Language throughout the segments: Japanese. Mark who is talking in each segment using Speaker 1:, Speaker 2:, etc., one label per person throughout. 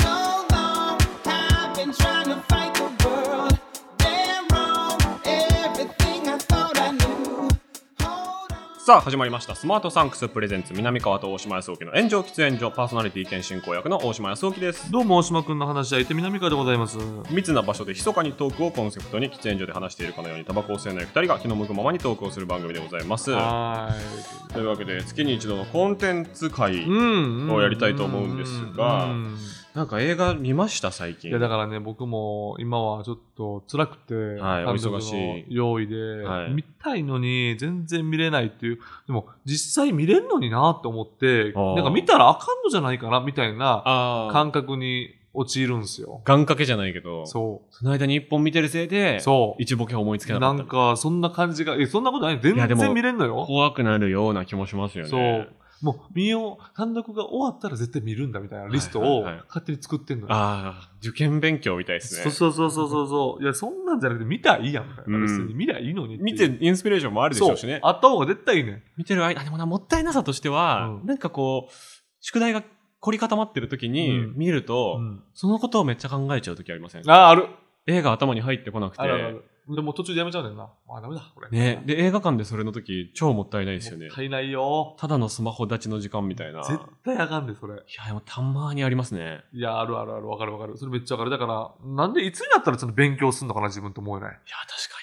Speaker 1: So long, I've been trying to fight the world. Damn wrong, everything I thought I knew. Hold on.
Speaker 2: さあ始まりましたスマートサンクスプレゼンツ南川と大島康沖の炎上喫煙所パーソナリティ兼進行役の大島康沖です
Speaker 3: どうも、大島くんの話し相手、南川でございます。
Speaker 2: 密な場所で密かにトークをコンセプトに喫煙所で話しているかのようにタバコを吸えない2人が気の向くままにトークをする番組でございます
Speaker 3: は
Speaker 2: というわけで月に一度のコンテンツ
Speaker 3: ー
Speaker 2: 会
Speaker 3: い。うん。
Speaker 2: をやりたいと思うんですが
Speaker 3: うん
Speaker 2: なんか映画見ました最
Speaker 3: い
Speaker 2: 近
Speaker 3: や、だからね、僕も今はちょっと辛くて、
Speaker 2: はい
Speaker 3: 彼女の
Speaker 2: お忙しい
Speaker 3: 用意で、
Speaker 2: はい
Speaker 3: 見たいのに全然見れないっていう、でも実際見れるのになと思って、
Speaker 2: あー
Speaker 3: なんか見たらあかんのじゃないかなみたいな
Speaker 2: ああ
Speaker 3: 感覚に陥るんですよ。
Speaker 2: 願掛けじゃないけどそ
Speaker 3: そ
Speaker 2: の間に一本見てるせいで
Speaker 3: う。そう。
Speaker 2: 一ボケ思いつけなか
Speaker 3: な
Speaker 2: った
Speaker 3: ん
Speaker 2: り
Speaker 3: か、そんな感じが、え、そんなことない。全
Speaker 2: いやでも
Speaker 3: 然見れんのよ。
Speaker 2: 怖くなるような気もしますよね
Speaker 3: そう。もう、見よう。単独が終わったら絶対見るんだみたいなリストを
Speaker 2: はいはいはい
Speaker 3: 勝手に作ってんのよ。
Speaker 2: ああ受験勉強みたいですね
Speaker 3: そうそうそうそうそうそう。いや、そんなんじゃなくて、見たらいいやんみたいな。
Speaker 2: うん
Speaker 3: 別に見りゃいいのにっていう。
Speaker 2: 見てインスピレーションもあるでしょうしね
Speaker 3: あった方が絶対いいね。
Speaker 2: 見てる間、あでもな、もったいなさとしては、
Speaker 3: うん
Speaker 2: なんかこう、宿題が凝り固まってる時に
Speaker 3: うん
Speaker 2: 見ると、
Speaker 3: うん
Speaker 2: そのことをめっちゃ考えちゃう時ありません
Speaker 3: ああ、ある。
Speaker 2: 映画頭に入ってこなくて
Speaker 3: あ、るあるある。でも途中でやめちゃうんだよな。あ、ダメだ、これ。
Speaker 2: ね、で、映画館でそれの時、超もったいないですよ
Speaker 3: も
Speaker 2: ね
Speaker 3: っ。たいないよ。
Speaker 2: ただのスマホ立ちの時間みたいな。い
Speaker 3: 絶対あかんで、それ。
Speaker 2: や、でもたまにありますね。
Speaker 3: いや、あるあるある。わかるわかる。それめっちゃわかる。だから、なんでいつになったらちゃんと勉強するのかな、自分と思えない。
Speaker 2: いや、確か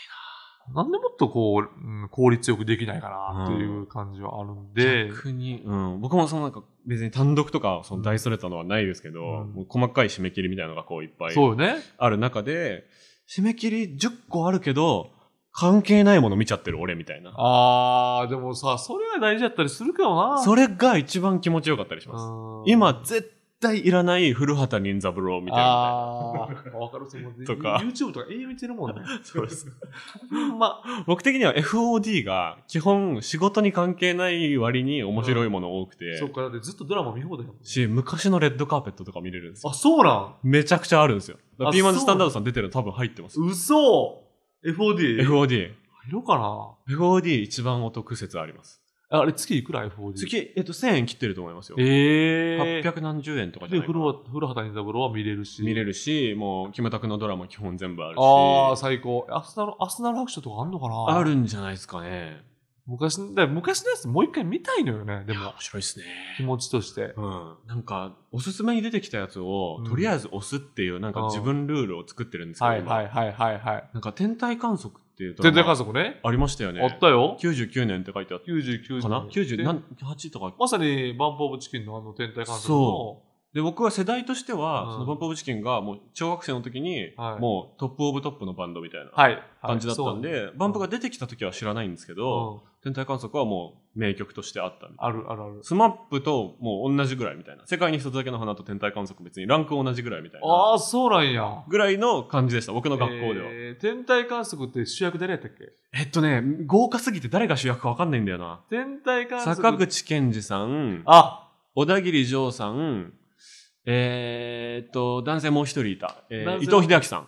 Speaker 3: なんでもっとこう、うん効率よくできないかな、っていう感じはあるんで。
Speaker 2: 逆に、うん、僕もそのなんか、別に単独とか、その大それたのはないですけど、
Speaker 3: うん
Speaker 2: もう細かい締め切りみたいなのがこういっぱい
Speaker 3: そうよね。
Speaker 2: ある中で、締め切り10個あるけど、関係ないもの見ちゃってる俺みたいな。
Speaker 3: あー、でもさ、それが大事だったりするけどな。
Speaker 2: それが一番気持ちよかったりします。
Speaker 3: うん
Speaker 2: 今、絶対いらない古畑任三郎みたいな。
Speaker 3: あーわかる、その、
Speaker 2: とか
Speaker 3: YouTube とか永遠見てるもんね。
Speaker 2: そうです。
Speaker 3: ほんま、
Speaker 2: 僕的には FOD が基本仕事に関係ない割に面白いもの多くて
Speaker 3: そっ、か、だってずっとドラマ見放題やもん。
Speaker 2: し、昔のレッドカーペットとか見れるんですよ。
Speaker 3: あ、そうなん
Speaker 2: めちゃくちゃあるんですよ。だから
Speaker 3: あ
Speaker 2: ピーマンズスタンダードさん出てるの多分入ってます。
Speaker 3: 嘘 !FOD?
Speaker 2: FOD。
Speaker 3: いるかな
Speaker 2: FOD 一番お得説あります。
Speaker 3: ああれ、月いくら ?FOD?。
Speaker 2: 月、えっと、1000円切ってると思いますよ。
Speaker 3: えー。
Speaker 2: 800何十円とかじゃ
Speaker 3: で、
Speaker 2: ないか
Speaker 3: 古
Speaker 2: な。
Speaker 3: 畑古畑任三郎は見れるし。
Speaker 2: 見れ
Speaker 3: る
Speaker 2: るし、もう、キムタクのドラマ基本全部あるし。
Speaker 3: あー、最高。アスナル、アスナル白書とかあんのかな
Speaker 2: あ。るんじゃないですかね。
Speaker 3: 昔、だから昔のやつもう一回見たいのよね、で
Speaker 2: いや
Speaker 3: も。
Speaker 2: 面白いですね。
Speaker 3: 気持ちとして。
Speaker 2: うん、なんかおすすめに出てきたやつを、
Speaker 3: うん
Speaker 2: とりあえず押すっていうなんか
Speaker 3: うん
Speaker 2: 自分ルールを作ってるんですけど、
Speaker 3: はいはいはいはいはい。
Speaker 2: なんか天体観測っていうドラ
Speaker 3: 全
Speaker 2: マ
Speaker 3: 体家族ね。
Speaker 2: ありましたよね
Speaker 3: あったよ。
Speaker 2: 99年って書いてあっ
Speaker 3: 99
Speaker 2: たかな
Speaker 3: で
Speaker 2: 98とか
Speaker 3: まさにバンプ・オブ・チキンのあの天体観測
Speaker 2: そ
Speaker 3: の
Speaker 2: で僕は世代としては、
Speaker 3: うん
Speaker 2: そのバンプ・オブ・チキンがもう小学生の時に、
Speaker 3: はい
Speaker 2: もうトップ・オブ・トップのバンドみたいな
Speaker 3: はいはい
Speaker 2: 感じだったんで、
Speaker 3: そう
Speaker 2: バンプが出てきた時は知らないんですけど、
Speaker 3: うん
Speaker 2: 天体観測はもう名曲としてあったみたいな
Speaker 3: あるあるある。
Speaker 2: スマップともう同じぐらいみたいな世界に一つだけの花と天体観測別にランク同じぐらいみたいな
Speaker 3: ああ、そうなんや。
Speaker 2: ぐらいの感じでした、僕の学校では。え
Speaker 3: えー天体観測って主役誰やったっけ
Speaker 2: っとね、豪華すぎて誰が主役かわかんないんだよな。
Speaker 3: 天体観測。
Speaker 2: 坂口健二さん、
Speaker 3: あ、
Speaker 2: 小田切丈さん、えーっと、男性もう一人いた、えー
Speaker 3: 男性
Speaker 2: 伊藤秀明さん。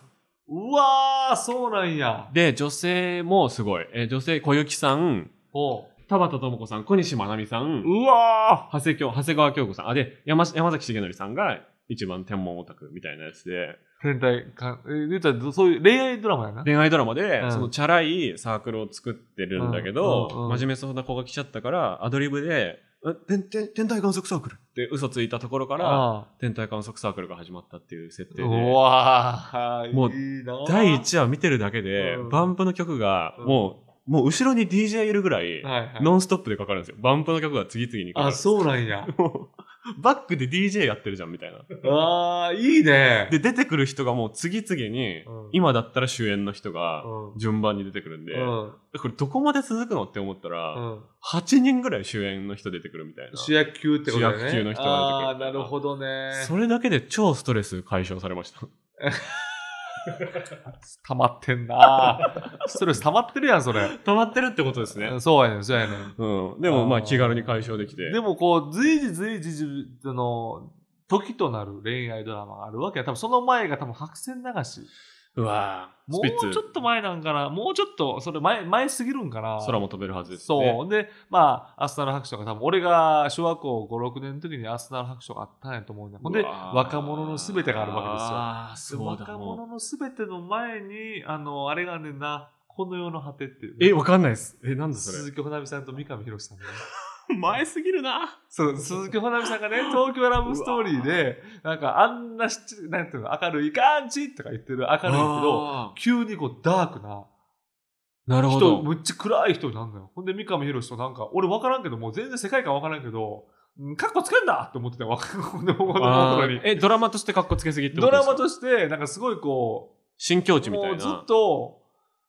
Speaker 3: うわー、そうなんや。
Speaker 2: で、女性もすごい。えー女性、小雪さん、
Speaker 3: おう
Speaker 2: 田畑智子さん、小西真奈美さん、
Speaker 3: うわ
Speaker 2: 長谷京長谷川京子さん。あ、で、山山崎重則さんが一番天文オタクみたいなやつで。
Speaker 3: ー。天体観、えー、言うたらそういう恋愛ドラマやな。
Speaker 2: 恋愛ドラマで、
Speaker 3: うん
Speaker 2: そのチャラいサークルを作ってるんだけど、
Speaker 3: うんうんうん
Speaker 2: 真面目そうな子が来ちゃったからアドリブで「天天天体観測サークル」って嘘ついたところから
Speaker 3: あ
Speaker 2: 天体観測サークルが始まったっていう設定
Speaker 3: ー
Speaker 2: で
Speaker 3: うわー、
Speaker 2: もう
Speaker 3: いいな
Speaker 2: 第1話見てるだけで、
Speaker 3: うん
Speaker 2: バンプの曲がもう,、もう後ろに DJ いるぐらい、
Speaker 3: はいはい
Speaker 2: ノンストップでかかるんですよバンプの曲が次々にかか
Speaker 3: あ、
Speaker 2: る
Speaker 3: そうなん や。
Speaker 2: もうバックで DJ やってるじゃんみたいな
Speaker 3: あー、いいね。
Speaker 2: で出てくる人がもう次々に、
Speaker 3: うん
Speaker 2: 今だったら主演の人が
Speaker 3: うん
Speaker 2: 順番に出てくるんで、
Speaker 3: うん
Speaker 2: これどこまで続くのって思ったら、
Speaker 3: うん。
Speaker 2: 8人ぐらい主演の人出てくるみたいな。
Speaker 3: 主役級ってことだよね。
Speaker 2: 主役級の人が出てくる
Speaker 3: ああー、なるほどね。
Speaker 2: それだけで超ストレス解消されました。
Speaker 3: 溜まってんな ストレス溜まってるやん、それ。
Speaker 2: 溜まってるってことですね。
Speaker 3: そうやねん、そうやねん。
Speaker 2: うん。でも、ま
Speaker 3: あ
Speaker 2: あ、
Speaker 3: ー
Speaker 2: 気軽に解消できて。
Speaker 3: でもこう、随時随時、あの、時となる恋愛ドラマがあるわけや。多分その前が多分白線流し。
Speaker 2: うわぁ
Speaker 3: も
Speaker 2: スピッ
Speaker 3: うち
Speaker 2: ツ
Speaker 3: ょ、っと前なんかな、もうちょっと、それ前、前すぎるんかな。
Speaker 2: 空も飛べるはずですね。
Speaker 3: そう。で、まあ、アスナル白書が多分、俺が小学校5、6年の時にアスナル白書があったんやと思うんだ。ほんで、
Speaker 2: うわー
Speaker 3: 若者のすべてがあるわ
Speaker 2: ああ、
Speaker 3: けですよ。
Speaker 2: そうだ
Speaker 3: 若
Speaker 2: も
Speaker 3: 者
Speaker 2: う。
Speaker 3: のすべての前に、あの、あれがねんな、この世の果てっていう、
Speaker 2: え、わかんないです。え、なんだそ
Speaker 3: 鈴
Speaker 2: れ。
Speaker 3: 木ほなみさんと三上博さんがね、
Speaker 2: 前すぎるな。
Speaker 3: そう、 鈴木ほなみさんがね、東京ラブストーリーで、なんかあんなし、なんていうの、明るい感じとか言ってる明るいけど、
Speaker 2: あ
Speaker 3: 急にこうダークな、
Speaker 2: ーなるほ
Speaker 3: 人、
Speaker 2: ど。
Speaker 3: むっちゃ暗い人になるのよ。ほんで、三上博史となんか、俺分からんけど、もう全然世界観分からんけど、うんカッコつけんなって思ってたよ、若い子の
Speaker 2: あ
Speaker 3: 頃
Speaker 2: ー
Speaker 3: に。
Speaker 2: え、ドラマとして格好つけすぎってこ
Speaker 3: ド
Speaker 2: とで
Speaker 3: ラ
Speaker 2: すか
Speaker 3: マとして、なんかすごいこ
Speaker 2: 新境
Speaker 3: う、
Speaker 2: 地みた
Speaker 3: も
Speaker 2: いう
Speaker 3: ずっ
Speaker 2: な。
Speaker 3: と、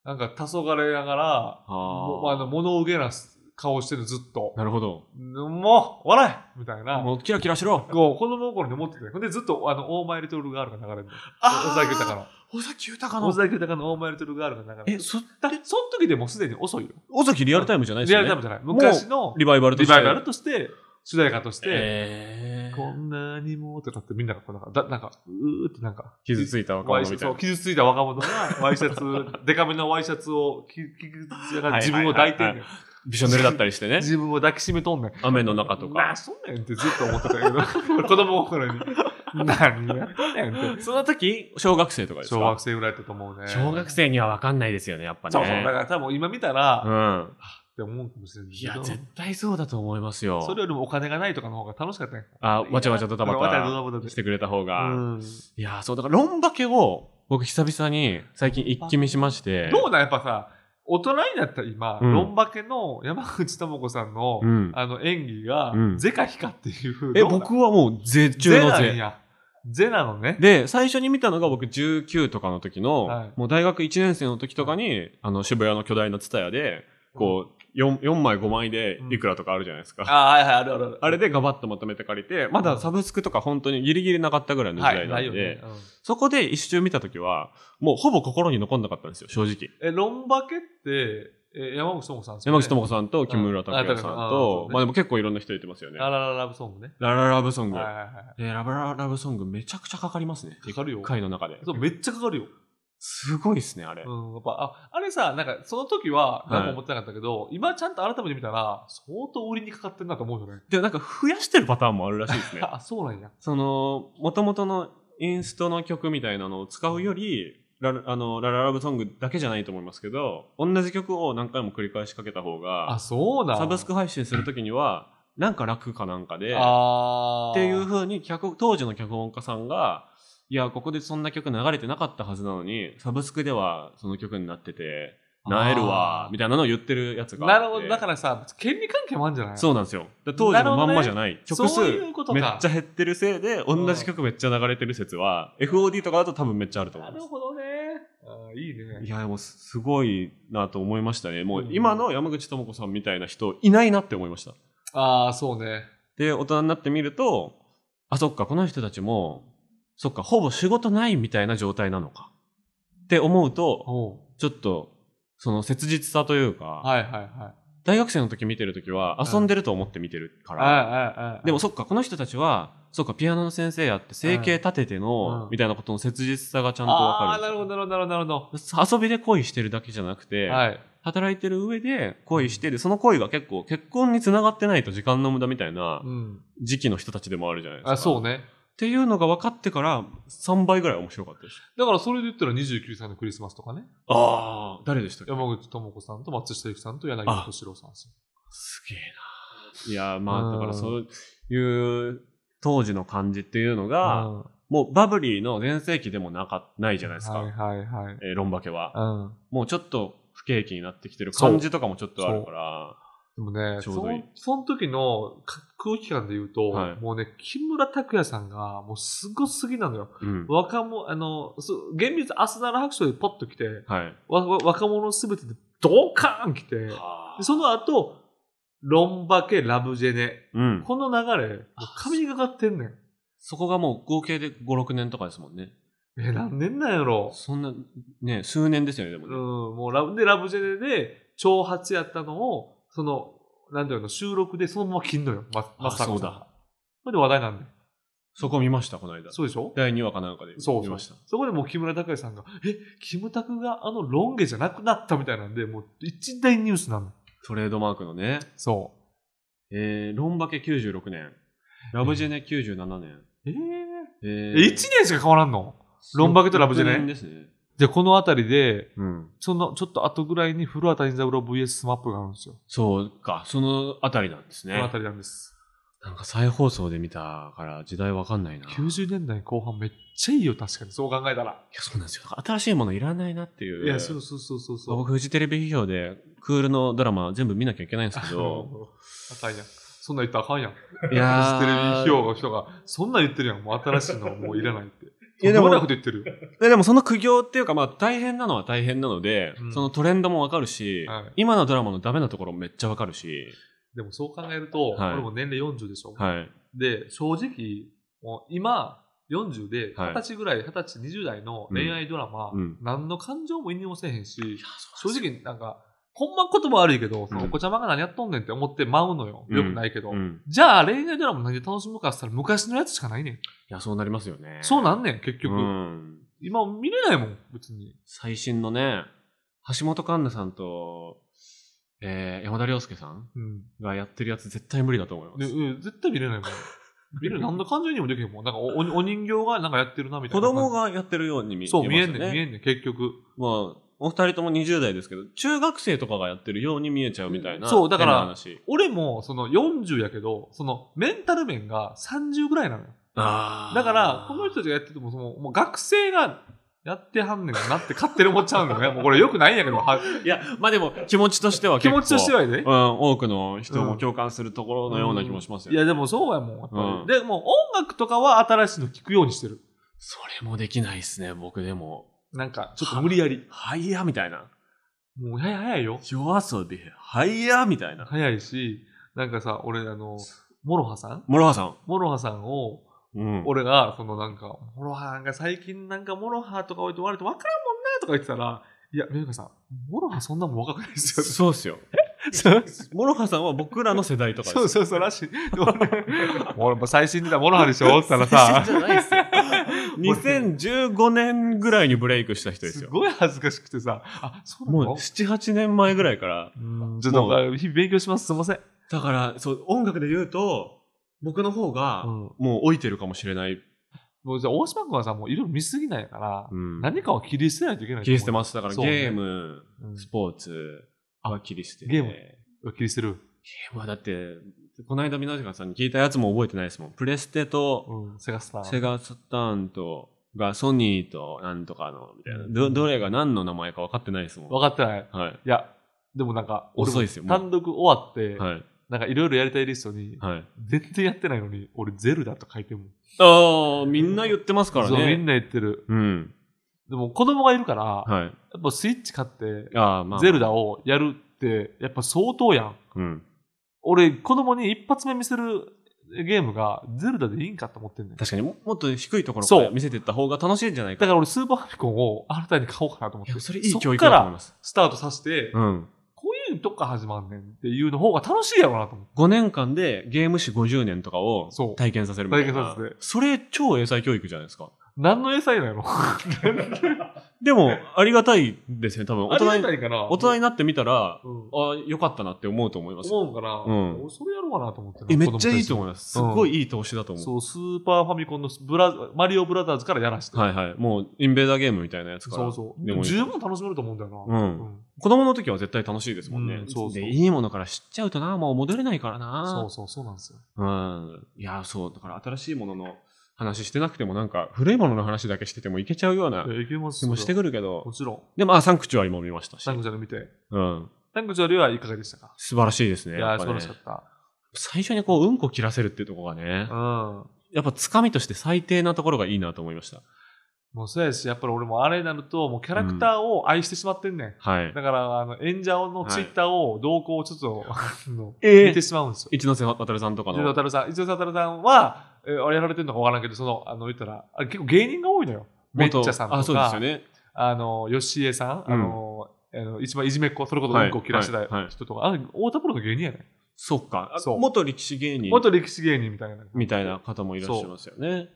Speaker 3: なんか黄昏ながら、もうあ
Speaker 2: あ
Speaker 3: の
Speaker 2: あ。
Speaker 3: 物憂げな顔してる、ずっと。
Speaker 2: なるほど。
Speaker 3: もう、笑えみたいな。
Speaker 2: もうキラキラしろ。
Speaker 3: こう子供の頃に思ってたよ。ほんで、ずっと、あの、オーマイリトルガールが流れるの。尾崎豊の。
Speaker 2: の。尾崎豊
Speaker 3: 尾崎豊のオーマイリトルガールが流れ
Speaker 2: え、
Speaker 3: る。
Speaker 2: そ、
Speaker 3: だその時でもうすでに遅いよ。
Speaker 2: 尾崎リアルタイムじゃないです
Speaker 3: リア
Speaker 2: よ
Speaker 3: ル
Speaker 2: ね。
Speaker 3: タイムじゃない。昔の、
Speaker 2: リバイバルと
Speaker 3: リ
Speaker 2: して。
Speaker 3: バイバルとして、主題歌として、
Speaker 2: え
Speaker 3: こんなにもとかってみんながこうなんか、だなんか、うーってなんか、
Speaker 2: 傷ついた若
Speaker 3: ワイ
Speaker 2: 者
Speaker 3: シャ
Speaker 2: み
Speaker 3: ツ
Speaker 2: たい
Speaker 3: そう
Speaker 2: な。
Speaker 3: 傷ついた若者がワ イシャツ、デカめのワイシャツを着、着着
Speaker 2: はいはいはいはい
Speaker 3: 自分を抱いてんねん
Speaker 2: びしょ濡れだったりしてね。
Speaker 3: 自分を抱きしめとんねん。
Speaker 2: 雨の中と
Speaker 3: なあ、
Speaker 2: か。
Speaker 3: そんなんってずっと思ってたけど、 子供心に。何やってんねんって。
Speaker 2: その時、小学生とかですか
Speaker 3: 小学生ぐらいだったと思うね。
Speaker 2: 小学生には分かんないですよね、やっぱね。
Speaker 3: そうそう。だから多分今見たら、っ
Speaker 2: うん。
Speaker 3: て思うかもしれない
Speaker 2: い
Speaker 3: けど。
Speaker 2: や、絶対そうだと思いますよ。
Speaker 3: それよりもお金がないとかの方が楽しかったね。
Speaker 2: あ、わちゃわちゃとたま
Speaker 3: わちゃわちゃドタ
Speaker 2: た
Speaker 3: バタで
Speaker 2: してくれた方
Speaker 3: う
Speaker 2: が。
Speaker 3: ん
Speaker 2: いや、そう、だから、ロンバケを、僕、久々に、最近、一気見しまして。
Speaker 3: どうなんやっぱさ、大人になった今、
Speaker 2: うん
Speaker 3: ロンバケの山口智子さんの、
Speaker 2: うん。
Speaker 3: あの演技が、
Speaker 2: うん
Speaker 3: ゼカヒカっていう。
Speaker 2: え、
Speaker 3: どうなん
Speaker 2: 僕はもう、絶中
Speaker 3: ゼ
Speaker 2: の
Speaker 3: なん
Speaker 2: 絶。
Speaker 3: や。ゼなのね。
Speaker 2: で、最初に見たのが僕19とかの時の、
Speaker 3: はい
Speaker 2: もう大学1年生の時とかに、あの、渋谷の巨大なツタヤで、こう、4, 4枚5枚でいくらとかあるじゃないですか。
Speaker 3: あ、はいはい、あるある
Speaker 2: あれでガバッとまとめて借りて、まだサブスクとか本当にギリギリなかったぐらいの時
Speaker 3: はい、
Speaker 2: 代
Speaker 3: な
Speaker 2: ないん
Speaker 3: よ
Speaker 2: で、
Speaker 3: ね。うん
Speaker 2: そこで一周見た時は、もうほぼ心に残んなかったんですよ、正直。
Speaker 3: え、ロンバケって、え山口智子さんですよね
Speaker 2: 山口智子さんと木村拓哉さん
Speaker 3: ああ
Speaker 2: と
Speaker 3: そう、ね
Speaker 2: まあでも結構いろんな人いてますよね。
Speaker 3: あ
Speaker 2: ラ
Speaker 3: ららラブソングね。
Speaker 2: ララブソング
Speaker 3: はい。はいはい。
Speaker 2: でラララブソングめちゃくちゃかかりますね。
Speaker 3: かかるよ
Speaker 2: 一回の中で。
Speaker 3: そう、めっちゃかかるよ。
Speaker 2: すごいですね、あれ。
Speaker 3: うん、やっぱ、あ、あれさ、なんか、その時は、何も思ってなかったけど、今ちゃんと改めて見たら、相当売りにかかってんなと思うよね。
Speaker 2: でもなんか増やしてるパターンもあるらしい ですね。
Speaker 3: あ、そうなんや。
Speaker 2: その、元々のインストの曲みたいなのを使うより、ララあのラララブソングだけじゃないと思いますけど、同じ曲を何回も繰り返しかけた方
Speaker 3: あ、
Speaker 2: が、
Speaker 3: そうなん
Speaker 2: サブスク配信するときには、なんか楽かなんかで、っ
Speaker 3: あー
Speaker 2: ていう風に脚当時の脚本家さんが、いや、ここでそんな曲流れてなかったはずなのに、サブスクではその曲になってて、なえるわ、みたいなのを言ってるやつがあっ
Speaker 3: な
Speaker 2: て。
Speaker 3: るほど。だからさ、権利関係もあるんじゃない
Speaker 2: そうなんですよ。だ当時のまんまじゃない。曲数
Speaker 3: そういうことか
Speaker 2: めっちゃ減ってるせいで、同じ曲めっちゃ流れてる説は、FOD とかだと多分めっちゃあると思
Speaker 3: ないる
Speaker 2: ま
Speaker 3: ほどね。あーいい
Speaker 2: す。い
Speaker 3: ね。
Speaker 2: や、でもうすごいなと思いましたね。もう
Speaker 3: うん
Speaker 2: 今の山口智子さんみたいな人いないなって思いました。
Speaker 3: ああ、そうね。
Speaker 2: で、大人になってみると、あ、そっか、この人たちも、そっか、ほぼ仕事ないみたいな状態なのか。って思うと、
Speaker 3: おう
Speaker 2: ちょっと、その切実さというか、
Speaker 3: はいはいはい。
Speaker 2: 大学生の時見てる時は遊んでると思って見てるから、
Speaker 3: はいはいはい。
Speaker 2: でも、そっか、この人たちは、そっか、ピアノの先生やって、生計立てての、
Speaker 3: うん
Speaker 2: みたいなことの切実さがちゃんと
Speaker 3: あ
Speaker 2: わ
Speaker 3: あー、
Speaker 2: か
Speaker 3: なるほど、なるほど、なるほど。
Speaker 2: る。遊びで恋してるだけじゃなくて、
Speaker 3: はい。
Speaker 2: 働いてる上で恋してる、その恋が結構結婚につながってないと時間の無駄みたいな
Speaker 3: うん。
Speaker 2: 時期の人たちでもあるじゃないですか。
Speaker 3: あ、そう
Speaker 2: っ
Speaker 3: ね。
Speaker 2: ていうのが分かってから3倍ぐらい面白かったです。
Speaker 3: だからそれで言ったら29歳のクリスマスとかね。
Speaker 2: ああ、誰でしたっけ
Speaker 3: 山口智子さんと松下由紀さんと柳田敏郎さんですよ。
Speaker 2: すげえな。いやー、ま
Speaker 3: う
Speaker 2: あ、だ
Speaker 3: ん
Speaker 2: からそういう当時の感じっていうのが、
Speaker 3: うん
Speaker 2: もうバブリーの全盛期でもなかないじゃないですか。
Speaker 3: はいはいはい。
Speaker 2: えーロンバケは。
Speaker 3: うん。
Speaker 2: もうちょっと不景気になってきてる感じとかもちょっとあるから。
Speaker 3: でもね、
Speaker 2: ちょうどいい
Speaker 3: そのその時の空気感で言うと、
Speaker 2: はい
Speaker 3: もうね、木村拓哉さんが、もうすごすぎなのよ。
Speaker 2: うん
Speaker 3: 若者、あの、そう厳密、アスナラ白書でポッと来て、
Speaker 2: はい。
Speaker 3: わわ若者すべてでドカーン来て、でその後、ロンバケ、ラブジェネ。
Speaker 2: うん。
Speaker 3: この流れ、もう神がかってんねん。
Speaker 2: そこがもう合計で5、6年とかですもんね。
Speaker 3: え、何年なんやろ。
Speaker 2: そんな、ね、数年ですよね、でも
Speaker 3: うん、
Speaker 2: ね。
Speaker 3: もうラブ、で、ラブジェネで、長髪やったのを、その、なんていうの、収録でそのまま切んのよ、ま、まさ
Speaker 2: あ
Speaker 3: こ
Speaker 2: そう
Speaker 3: さん
Speaker 2: だ。
Speaker 3: それで話題なんで。
Speaker 2: そこ見ました、この間。
Speaker 3: そうでしょ
Speaker 2: 第2話かなんかで
Speaker 3: そう
Speaker 2: 見
Speaker 3: そ
Speaker 2: ま
Speaker 3: う
Speaker 2: した。
Speaker 3: そこでもう木村拓哉さんが、え、キムタクがあのロン毛じゃなくなったみたいなんで、もう一大ニュースなの。
Speaker 2: トレードマークのね。
Speaker 3: そ
Speaker 2: えー、ロンバケ96年。ラブジェネ97年。
Speaker 3: う。えー、
Speaker 2: えー
Speaker 3: え1年しか変わらんのロンバケとラブジェネ
Speaker 2: 六年ですね。
Speaker 3: で、この辺りで、
Speaker 2: うん。
Speaker 3: そのちょっと後ぐらいに古畑任三郎 VS スマップがあるんですよ。
Speaker 2: そうか、そのあたりなんです
Speaker 3: この
Speaker 2: ね。
Speaker 3: 辺りなんです。
Speaker 2: なんか再放送で見たから時代わかんないな。い
Speaker 3: 90年代後半めっちゃいいよ、確かに。そう考えたら。
Speaker 2: や、そうなんですよ。新しいものいらないなっていう。
Speaker 3: いや、そうそうそうそうそう。
Speaker 2: 僕、フジテレビ批評でクールのドラマ全部見なきゃいけないんですけ ど。
Speaker 3: あかんやん。そんなん言ったらあかんやん。
Speaker 2: い
Speaker 3: フジテレビ
Speaker 2: やー
Speaker 3: 批評の人が、そんなん言ってるやん。もう新しいのもういらないって。
Speaker 2: いやでも
Speaker 3: とんもないこと言ってるよ。
Speaker 2: ででもその苦行っていうか、まあ大変なのは大変なので、
Speaker 3: うん
Speaker 2: そのトレンドもわかるし、
Speaker 3: はい
Speaker 2: 今のドラマのダメなところもめっちゃわかるし、
Speaker 3: でもそう考えると、
Speaker 2: はい
Speaker 3: 俺も年齢40でしょ。
Speaker 2: はい。
Speaker 3: で、正直、もう今、40で、
Speaker 2: はい
Speaker 3: 20歳ぐらい、20歳、20代の恋愛ドラマ、
Speaker 2: うんうん
Speaker 3: 何の感情も意にもせえへんし、
Speaker 2: 正
Speaker 3: 正直、なんか、こんま言葉悪いけど、その
Speaker 2: うん
Speaker 3: お子ちゃまが何やっとんねんって思って舞うのよ。
Speaker 2: うん
Speaker 3: よくないけど。
Speaker 2: うん。
Speaker 3: じゃあ、恋愛ドラマ何で楽しむかって言ったら、昔のやつしかないねん。
Speaker 2: いや、そうなりますよね。
Speaker 3: そうなんんねん、結局。
Speaker 2: うん
Speaker 3: 今、見れないもん、別に。
Speaker 2: 最新のね、橋本環奈さんと、えー、山田涼介さん
Speaker 3: うん。
Speaker 2: がやってるやつ絶対無理だと思いま。
Speaker 3: ですうん絶対見れないも ん。見る、何の感情にもできへんもん。なんかお、おお人形がなんかやってるな、みた
Speaker 2: 子
Speaker 3: いな感じ。
Speaker 2: 供がやってるように見
Speaker 3: そう、見
Speaker 2: え
Speaker 3: え
Speaker 2: ま
Speaker 3: ん
Speaker 2: す
Speaker 3: ね
Speaker 2: よ
Speaker 3: ん、見えんねん、結局。
Speaker 2: まあ、お二人とも20代ですけど、中学生とかがやってるように見えちゃうみたいな。
Speaker 3: そうだから
Speaker 2: 変な話
Speaker 3: 俺もその40やけどそのメンタル面が30ぐらいなのよ
Speaker 2: あー
Speaker 3: だからこの人たちがやっててもそのもう学生がやってはんねんなって勝手に思っちゃう のねもうこれよくないんやけどはい
Speaker 2: や、まあでも気持ちとしては
Speaker 3: 気
Speaker 2: 結構
Speaker 3: 持ちとしてはね
Speaker 2: うん、多くの人も共感するところのような気もしますよ、
Speaker 3: いやでもそうやもんやっぱり、
Speaker 2: うん
Speaker 3: でもう音楽とかは新しいの聞くようにしてる
Speaker 2: それもできないですね、僕でも。
Speaker 3: なんかちょっと無理やり
Speaker 2: はいや、みたいな。
Speaker 3: もう早い早いよ
Speaker 2: 夜遊び、はいや、みたいな。
Speaker 3: 早いしなんかさ俺あのモロハさん
Speaker 2: 諸葉さん。
Speaker 3: モロハさんを
Speaker 2: うん。
Speaker 3: 俺が、そのなんか、モロハが最近なんかモロハとか置いて割と分からんもんなとか言ってたら、いや、メルカさん、モロハそんなもん若くないですよ。
Speaker 2: そうっすよ。
Speaker 3: そう
Speaker 2: 諸葉さんは僕らの世代とか
Speaker 3: そうそうそうらしい。 で俺俺も最新出たモロハでしょって言った らさ、
Speaker 2: じゃないっすよ。2015年ぐらいにブレイクした人です
Speaker 3: す
Speaker 2: よ。
Speaker 3: ごい恥ずかしくてさ、あ、そうな
Speaker 2: もう
Speaker 3: の
Speaker 2: 7、8年前ぐらいから。
Speaker 3: うんちょっと、日々勉強します。すいません。
Speaker 2: だから、そう、音楽で言うと、僕の方が、
Speaker 3: うん
Speaker 2: もう老いてるかもしれない。
Speaker 3: もうじゃあ、大島君はさ、もういろいろ見すぎないから、
Speaker 2: うん
Speaker 3: 何かを切り捨てないといけない。
Speaker 2: 切り捨てます。だから、
Speaker 3: そうね
Speaker 2: ゲーム、
Speaker 3: うん。
Speaker 2: スポーツ、は切り捨てて。
Speaker 3: ゲーム切り捨てる。
Speaker 2: まあだって、この間、みなじかさんに聞いたやつも覚えてないですもん。プレステと、
Speaker 3: うん、セガスター。
Speaker 2: セガサターンと、が、ソニーと、なんとかの、みたいな。
Speaker 3: うん
Speaker 2: ど、どれが何の名前か分かってないですもん。
Speaker 3: 分かってない。
Speaker 2: はい。
Speaker 3: いや、でもなんか、俺も
Speaker 2: 遅いですよもう
Speaker 3: 単独終わって、
Speaker 2: はい。
Speaker 3: なんかいろいろやりたいリストに、
Speaker 2: はい。
Speaker 3: 全然やってないのに、俺ゼルダと書いてるもん。
Speaker 2: ああ、みんな言ってますから
Speaker 3: そうみん
Speaker 2: ね。
Speaker 3: な言ってる。
Speaker 2: うん。
Speaker 3: でも子供がいるから、
Speaker 2: はい。
Speaker 3: やっぱスイッチ買って、
Speaker 2: ああ、まあ。
Speaker 3: ゼルダをやるって、やっぱ相当やん。
Speaker 2: うん。
Speaker 3: 俺、子供に一発目見せるゲームが、ゼルダでいいんかと思ってんねん。だ
Speaker 2: 確かにも、もっと低いところから
Speaker 3: そう
Speaker 2: 見せていった方が楽しいんじゃないか。
Speaker 3: から俺、スーパーファミコンを新たに買おうかなと思っ
Speaker 2: い
Speaker 3: て。
Speaker 2: や、それいい
Speaker 3: そ
Speaker 2: 教
Speaker 3: っ
Speaker 2: 育
Speaker 3: か
Speaker 2: だと思い
Speaker 3: ら
Speaker 2: ます。
Speaker 3: スタートさせて、
Speaker 2: うん。
Speaker 3: こういうとこから始まんねんっていうの方が楽しいやろうなと思って。
Speaker 2: 5年間でゲーム史50年とかを
Speaker 3: そう
Speaker 2: 体験させるみたいな。
Speaker 3: 体験させて
Speaker 2: それ超英才教育じゃないですか。
Speaker 3: 何の餌やろ
Speaker 2: でも、ありがたいですね、多分。大人に、
Speaker 3: いかな
Speaker 2: 大人になってみたら、
Speaker 3: うん
Speaker 2: あよかったなって思うと思います。
Speaker 3: 思うから、
Speaker 2: うん
Speaker 3: 俺それやろうかなと思ってな。
Speaker 2: え、めっちゃいいと
Speaker 3: 思
Speaker 2: 思います。すっごいいい投資だと思う。
Speaker 3: そう、スーパーファミコンのブラマリオブラザーズからやらして。
Speaker 2: はいはい。もう、インベーダーゲームみたいなやつから。
Speaker 3: そうそう。
Speaker 2: でもいい
Speaker 3: 十分楽しめると思うんだよな。
Speaker 2: うん子供の時は絶対楽しいですもんね。
Speaker 3: うんそうそう
Speaker 2: で、いいものから知っちゃうとな、もう戻れないから
Speaker 3: そ
Speaker 2: な
Speaker 3: う。そう、そうなんですよ。
Speaker 2: うん。いや、そう。だから新しいものの話してなくても、なんか、古いものの話だけしててもいけちゃうような
Speaker 3: え、いけます
Speaker 2: 気もしてくるけど
Speaker 3: も、ちろん。
Speaker 2: でも、あ、サンクチュアリも見ましたし
Speaker 3: タン。クジャル見て。
Speaker 2: うん。
Speaker 3: タンクジャルはいかがでしたか
Speaker 2: 素晴らしいですね。
Speaker 3: いや
Speaker 2: や
Speaker 3: ー、
Speaker 2: っぱ
Speaker 3: 素
Speaker 2: ね
Speaker 3: 晴らしかっ
Speaker 2: 最初にこう、うんこ切らせるっていうところがね
Speaker 3: た。う、ん。
Speaker 2: やっぱつかみとして最低なところがいいなと思いました。
Speaker 3: もうそうやし、やっぱり俺もあれになると、もうキャラクターを愛してしまってんねん。
Speaker 2: はい。
Speaker 3: だから、あの、演者のツイッターを、動向をちょっ と、あの
Speaker 2: ええ
Speaker 3: 見てしまうんですよ。
Speaker 2: 一ノ瀬渡さんとか
Speaker 3: 一ノ
Speaker 2: の。
Speaker 3: 瀬たるさん、一ノ瀬たるさんは、えーあれやられてるのかわからんけど、その、あの、言ったら、あれ結構芸人が多いのよ。めっちゃさんとか
Speaker 2: あ、そうですよね。
Speaker 3: あの、吉江さ
Speaker 2: う
Speaker 3: ん、
Speaker 2: ん
Speaker 3: あの、あの一番いじめっ子、それこそうんこを切らして
Speaker 2: はいはいは
Speaker 3: た
Speaker 2: い
Speaker 3: 人とか、あれ、太田プロの芸人やね。
Speaker 2: そっか。あ
Speaker 3: そう
Speaker 2: 元力士芸人
Speaker 3: 元力士芸人みたいな。
Speaker 2: みたいな方もいらっしゃいますよね。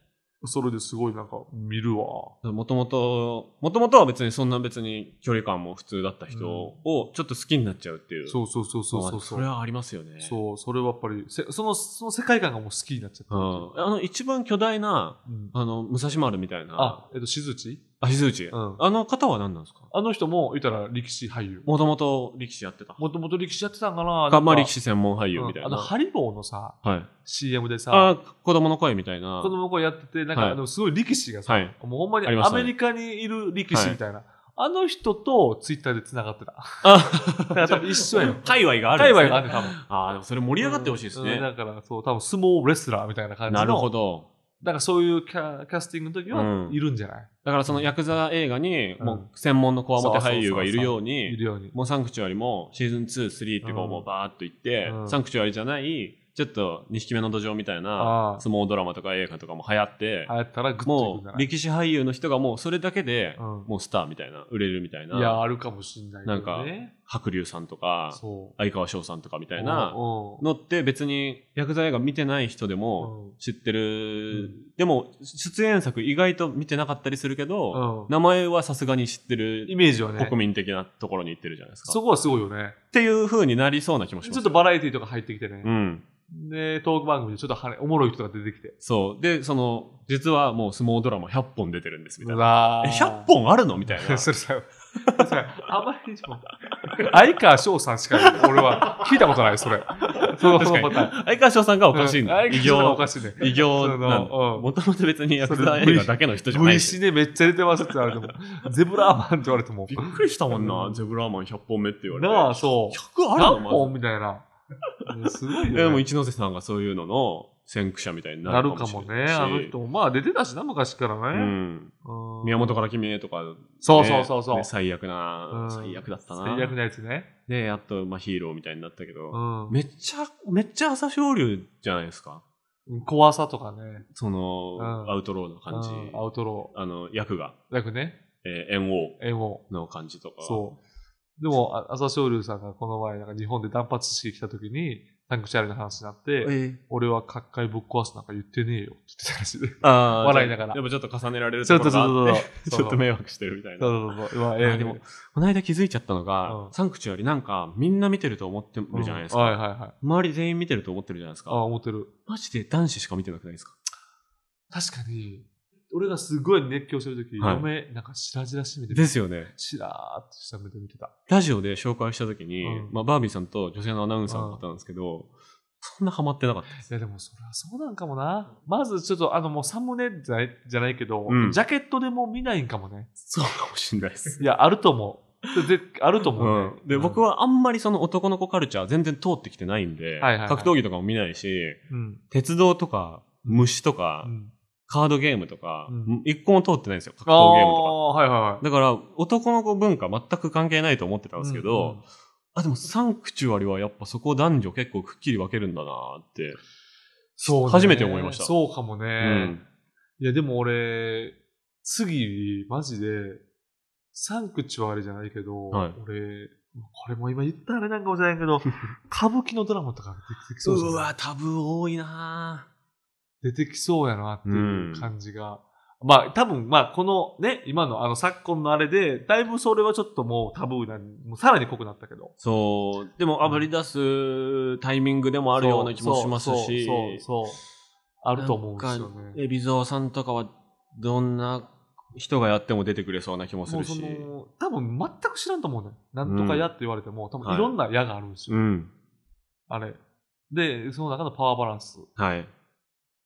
Speaker 3: それですごいなんか、見るわ。
Speaker 2: もともと、もともとは別にそんな別に距離感も普通だった人をちょっと好きになっちゃうっていう。
Speaker 3: そうそうそうそうそ
Speaker 2: ま
Speaker 3: う。
Speaker 2: あそれはありますよね。
Speaker 3: そう、それはやっぱり、せその、その世界観がもう好きになっちゃった。
Speaker 2: うんあの、一番巨大な、
Speaker 3: うん
Speaker 2: あの、武蔵丸みたいな、
Speaker 3: あ、えっと、しずち
Speaker 2: 足づち。
Speaker 3: うん。
Speaker 2: あの方は何なんですか
Speaker 3: あの人も、言ったら力士俳優。
Speaker 2: もともと力士やってた。
Speaker 3: もともと力士やってたんかな
Speaker 2: かまあ力
Speaker 3: 士
Speaker 2: 士専門俳優みたいな。
Speaker 3: あの、ハリボーのさ、
Speaker 2: はい。
Speaker 3: CM でさ、
Speaker 2: あ、子供の声みたいな。
Speaker 3: 子供の頃やってて、なんか、
Speaker 2: はい
Speaker 3: あの、すごい力士がさ、
Speaker 2: はい。
Speaker 3: もうほんまに
Speaker 2: ありまし
Speaker 3: ア
Speaker 2: たね
Speaker 3: メリカにいる力士みたいな。あの人とツイッターで繋がってた。 だから多分一緒やよ。
Speaker 2: 界隈がある
Speaker 3: 界
Speaker 2: んですね、
Speaker 3: 隈があって多分。
Speaker 2: ああ、でもそれ盛り上がってほしいです
Speaker 3: うん
Speaker 2: ね。
Speaker 3: だから、そう、多分相撲レスラーみたいな感じの。
Speaker 2: なるほど。
Speaker 3: だからそういうキャキャスティングの時は
Speaker 2: うん
Speaker 3: いるんじゃない、
Speaker 2: だからそのヤクザ映画に、
Speaker 3: うん
Speaker 2: もう専門のこわもて俳優がいるよう
Speaker 3: い
Speaker 2: に、
Speaker 3: るように。
Speaker 2: もうサンクチュアリもシーズン2、3ってこ
Speaker 3: う
Speaker 2: うんもうバーっと行って、
Speaker 3: うん
Speaker 2: サンクチュアリじゃない、ちょっと2匹目の土壌みたい
Speaker 3: あ
Speaker 2: な
Speaker 3: あ
Speaker 2: 相撲ドラマとか映画とかも流行って、
Speaker 3: あやったらグッといくん
Speaker 2: も
Speaker 3: じゃ
Speaker 2: う
Speaker 3: ない
Speaker 2: 歴史俳優の人がもうそれだけで、
Speaker 3: うん
Speaker 2: もうスターみたいな、売れるみたい
Speaker 3: いや、
Speaker 2: な、
Speaker 3: あるかもしれないけど、ね。
Speaker 2: なん白龍さんとか、
Speaker 3: そう。
Speaker 2: 相川翔さんとかみたい
Speaker 3: うん
Speaker 2: な
Speaker 3: うん
Speaker 2: のって別にヤクザ映画見てない人でも
Speaker 3: うん
Speaker 2: 知ってる、
Speaker 3: うん
Speaker 2: でも出演作意外と見てなかったりするけど、
Speaker 3: うん
Speaker 2: 名前はさすがに知って
Speaker 3: イ
Speaker 2: る
Speaker 3: メージはね、
Speaker 2: 国民的なところに行ってるじゃないですか。
Speaker 3: そこはすごいよね。
Speaker 2: っていう風になりそうな気もします
Speaker 3: ちょっとバラエティーとか入ってきてね
Speaker 2: う。ん、
Speaker 3: で、トーク番組でちょっとはねおもろい人が出てきて。
Speaker 2: そうでその実はもう相撲ドラマ100本出てるんですみたいな
Speaker 3: わ
Speaker 2: え100本あるのみたいな
Speaker 3: それさ、それあまりにも、相川翔さんしか俺は聞いたことない、それ。その
Speaker 2: 確かに
Speaker 3: パターン
Speaker 2: 相川翔さんがおかしいん
Speaker 3: うん
Speaker 2: だ、
Speaker 3: 相
Speaker 2: 偉
Speaker 3: 川翔さんお
Speaker 2: 業
Speaker 3: かしいね。
Speaker 2: 偉業
Speaker 3: その
Speaker 2: なん
Speaker 3: うん
Speaker 2: もともと別にヤクザ映画だけの人じゃない
Speaker 3: 無
Speaker 2: で
Speaker 3: 理
Speaker 2: す
Speaker 3: しね、めっちゃ出てますって言われ ても、ゼブラーマンって言われても、
Speaker 2: びっくりしたもんな、
Speaker 3: うん
Speaker 2: ゼブラーマン100本目って言われて
Speaker 3: なあ、そう。
Speaker 2: 100あるの
Speaker 3: 何
Speaker 2: マジ
Speaker 3: 本みたいな。すごい
Speaker 2: いやで
Speaker 3: よ、
Speaker 2: も
Speaker 3: ね。
Speaker 2: 一ノ瀬さんがそういうのの先駆者みたいに
Speaker 3: な
Speaker 2: なる
Speaker 3: る
Speaker 2: か
Speaker 3: か
Speaker 2: もし
Speaker 3: も
Speaker 2: れな
Speaker 3: ね。
Speaker 2: いし
Speaker 3: あの人も、まあ出てたしな、昔から
Speaker 2: う
Speaker 3: ね。
Speaker 2: ん、
Speaker 3: うん
Speaker 2: 宮本から君へとかね、
Speaker 3: そうそうそうそう
Speaker 2: ね最悪な、
Speaker 3: うん
Speaker 2: 最悪だったな
Speaker 3: 最悪なやつね。
Speaker 2: でやっと、まあ、ヒーローみたいになったけ
Speaker 3: う
Speaker 2: ど、
Speaker 3: ん。
Speaker 2: めっちゃめっちゃ朝青龍じゃないですか
Speaker 3: 怖さとかね。
Speaker 2: その、
Speaker 3: うん
Speaker 2: アウトローな感じ、
Speaker 3: うんアウトロ
Speaker 2: あの役が、
Speaker 3: ー。役ね。
Speaker 2: えー、猿
Speaker 3: え、も
Speaker 2: 王の感じとか
Speaker 3: う。そう。でも、あ朝青龍さんがこの前、なんか日本で断髪式来た時に、サンクチュアリの話になって、
Speaker 2: え
Speaker 3: 俺は各界ぶっ壊すなんか言ってねえよって言ってたら しいね。
Speaker 2: あー
Speaker 3: 笑いながら
Speaker 2: やっぱちょっと重ねられる
Speaker 3: ちょ
Speaker 2: とこ
Speaker 3: っ、
Speaker 2: とろが
Speaker 3: ちょっ
Speaker 2: あっ
Speaker 3: と、ちょっと
Speaker 2: て
Speaker 3: そ
Speaker 2: ちょっと
Speaker 3: う
Speaker 2: 迷惑してるみたいな
Speaker 3: そうそうそう。まあ、ええ
Speaker 2: あでもこの間気づいちゃったのが、
Speaker 3: うん
Speaker 2: サンクチュアリなんかみんな見てると思ってるじゃないですか、
Speaker 3: うんはいはいはい。
Speaker 2: 周り全員見てると思ってるじゃないです
Speaker 3: あ、
Speaker 2: か
Speaker 3: 思ってる。
Speaker 2: マジで男子しか見てなくないですか
Speaker 3: 確かに、俺がすごい熱狂してる時、
Speaker 2: はい
Speaker 3: 嫁、なんかしらじらしめて、
Speaker 2: ですよね
Speaker 3: しらーっとした目で見てた。
Speaker 2: ラジオで紹介した時に、
Speaker 3: うん
Speaker 2: まあ、バービーさんと女性のアナウンサーの方なんですけど、そんなハマってなかったです
Speaker 3: いや、でもそれはそうなんかもな。まずちょっと、あの、もうサムネじゃないじゃないけど、
Speaker 2: うん
Speaker 3: ジャケットでもう見ないんかもね。
Speaker 2: そうかもしれない です、
Speaker 3: いや、あると思う。でであると
Speaker 2: う
Speaker 3: 思う、ね
Speaker 2: ん、で僕
Speaker 3: は、
Speaker 2: はあんまりその男の子カルチャー全然通ってきてないんで、
Speaker 3: はいはいはい
Speaker 2: 格闘技とかも見ないし
Speaker 3: うん。
Speaker 2: 鉄道とか虫とか、
Speaker 3: うん
Speaker 2: カードゲームとか、
Speaker 3: うん
Speaker 2: 一個も通ってないんですよ格
Speaker 3: あ
Speaker 2: 闘
Speaker 3: あ
Speaker 2: ゲームとか
Speaker 3: ー、はいはいはい。
Speaker 2: だから、男の子文化全く関係ないと思ってたんですけど、
Speaker 3: うんうん
Speaker 2: あ、でもサンクチュアリはやっぱそこ男女結構くっきり分けるんだなって。
Speaker 3: そうね
Speaker 2: 初めて思いました
Speaker 3: そうかもね。
Speaker 2: うん
Speaker 3: いや、でも俺、次、マジで、サンクチュアリじゃないけど、
Speaker 2: はい
Speaker 3: 俺、これも今言ったらあれなんかもしれな いけど、歌舞伎のドラマとか出てきそうじゃない、
Speaker 2: タブー多いな
Speaker 3: 出てきそうやなっていう感じが。まあ、多分、まあ、このね、今のあの昨今のあれで、だいぶそれはちょっともうタブーな、もうさらに濃くなったけど。
Speaker 2: そう。でも、あぶり出すタイミングでもあるような気もしますし、
Speaker 3: そう、そう、そうそうあると思うんですよ
Speaker 2: なんか
Speaker 3: ね。
Speaker 2: 海老蔵さんとかはどんな人がやっても出てくれそうな気もす
Speaker 3: もう
Speaker 2: る
Speaker 3: そ
Speaker 2: し。
Speaker 3: の、多分全く知らんと思うね。なんとかやって言われても、多分いろんな矢があるんですよ。
Speaker 2: うん。
Speaker 3: あれ。で、その中のパワーバランス、
Speaker 2: はい。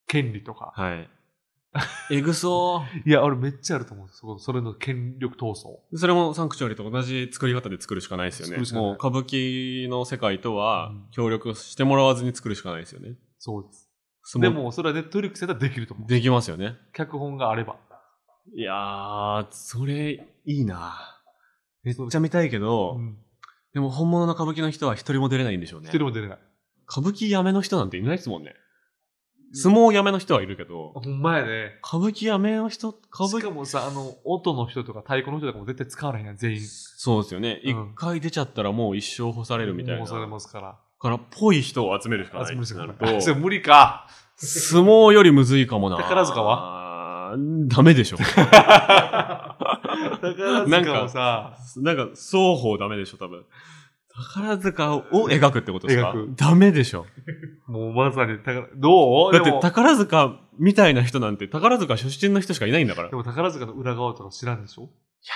Speaker 3: 権利とか。
Speaker 2: はい。えぐそ
Speaker 3: いや、俺めっちゃあると思う。そこそれの権力闘争。
Speaker 2: う。それもサンクチュアリと同じ作り方で作るしかないですよね
Speaker 3: 作るし。かない
Speaker 2: もう歌舞伎の世界と
Speaker 3: う
Speaker 2: は
Speaker 3: ん
Speaker 2: 協力してもらわずに作るしかないですよね。
Speaker 3: そうです。
Speaker 2: 相撲
Speaker 3: でも、それはネットフリックスやったらできると思う。
Speaker 2: できますよね。
Speaker 3: 脚本があれば。
Speaker 2: いやー、それいいなめ
Speaker 3: め
Speaker 2: っちゃ見たいけど、
Speaker 3: うん。
Speaker 2: でも本物の歌舞伎の人は一人も出れないんでしょうね
Speaker 3: 一。人も出れない。
Speaker 2: 歌舞伎やめの人なんていないですもんね。相撲やめの人はいるけど、
Speaker 3: ほんまやね。
Speaker 2: 歌舞伎やめの人、歌
Speaker 3: し
Speaker 2: 舞
Speaker 3: か
Speaker 2: 伎、
Speaker 3: もさ、あの、音の人とか太鼓の人とかも絶対使われへんやん、全員。
Speaker 2: そうですよね。
Speaker 3: う
Speaker 2: 一、
Speaker 3: ん
Speaker 2: 回出ちゃったらもう一生干されるみたいな。
Speaker 3: もうそれま
Speaker 2: か
Speaker 3: すから。
Speaker 2: ら、ぽい人を集めるしかないってなると、
Speaker 3: あそれ無理か。
Speaker 2: 相撲よりむずいかもな。
Speaker 3: 宝塚
Speaker 2: はダメでしょ。
Speaker 3: 宝塚もさ、
Speaker 2: なんか、双方ダメでしょ、多分。宝塚を描くってことですか
Speaker 3: 描く
Speaker 2: ダメでしょ。
Speaker 3: もうまさに宝、どう
Speaker 2: だっ
Speaker 3: で
Speaker 2: て
Speaker 3: も、
Speaker 2: 宝塚みたいな人なんて宝塚出身の人しかいないんだから。い
Speaker 3: でも宝塚の裏側とか知らんでしょ
Speaker 2: や、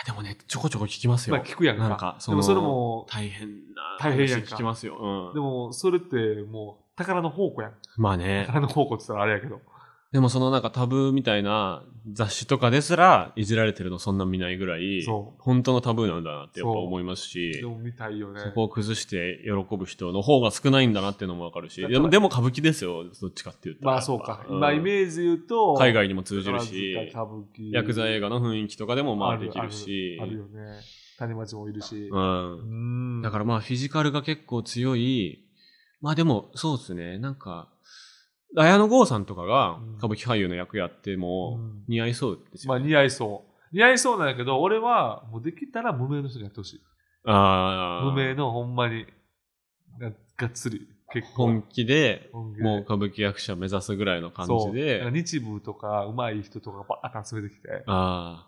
Speaker 2: でもね、ちょこちょこ聞きます
Speaker 3: ま
Speaker 2: よ。
Speaker 3: あ聞くやんか。
Speaker 2: なんかそ
Speaker 3: で
Speaker 2: の
Speaker 3: もそれも、
Speaker 2: 大変な
Speaker 3: 大変やんか
Speaker 2: 話聞きますよ。うん
Speaker 3: でもそれってもう宝の宝庫やん。
Speaker 2: まあね。
Speaker 3: 宝の宝庫って言ったらあれやけど。
Speaker 2: でもそのなんかタブーみたいな雑誌とかですらいじられてるのそんな見ないぐらい、
Speaker 3: そ
Speaker 2: 本当のタブーなんだなってやっぱ思いますし。
Speaker 3: でも見たいよね。
Speaker 2: そこを崩して喜ぶ人の方が少ないんだなっていうのもわかるし、
Speaker 3: だか
Speaker 2: で
Speaker 3: ら
Speaker 2: もでも歌舞伎ですよ、どっちかって言ったら。
Speaker 3: まあそうか。
Speaker 2: うん
Speaker 3: まあイメージで言うと、
Speaker 2: 海外にも通じる
Speaker 3: 宝
Speaker 2: し
Speaker 3: 塚、歌舞伎
Speaker 2: ヤクザ映画の雰囲気とかでもまあできるし
Speaker 3: あ、るよね。谷町もいるし。
Speaker 2: うん。
Speaker 3: ん
Speaker 2: だからまあフィジカルが結構強い、まあでもそうですね、なんか、綾野剛さんとかが
Speaker 3: うん
Speaker 2: 歌舞伎俳優の役やって
Speaker 3: う
Speaker 2: も
Speaker 3: ん
Speaker 2: 似合いそうです
Speaker 3: ま
Speaker 2: よ
Speaker 3: あ
Speaker 2: ね。
Speaker 3: 似合いそう。似合いそうなんやけど、俺はもうできたら無名の人にやってほしい。
Speaker 2: あ
Speaker 3: 無
Speaker 2: あ
Speaker 3: 名のほんまに、ががっつり。結
Speaker 2: 本
Speaker 3: 構。
Speaker 2: 気で
Speaker 3: 本気で
Speaker 2: もう歌舞伎役者目指すぐらいの感
Speaker 3: そう
Speaker 2: じで
Speaker 3: なんか、日舞とか上手い人とかばーッと集めてきて。
Speaker 2: ああ、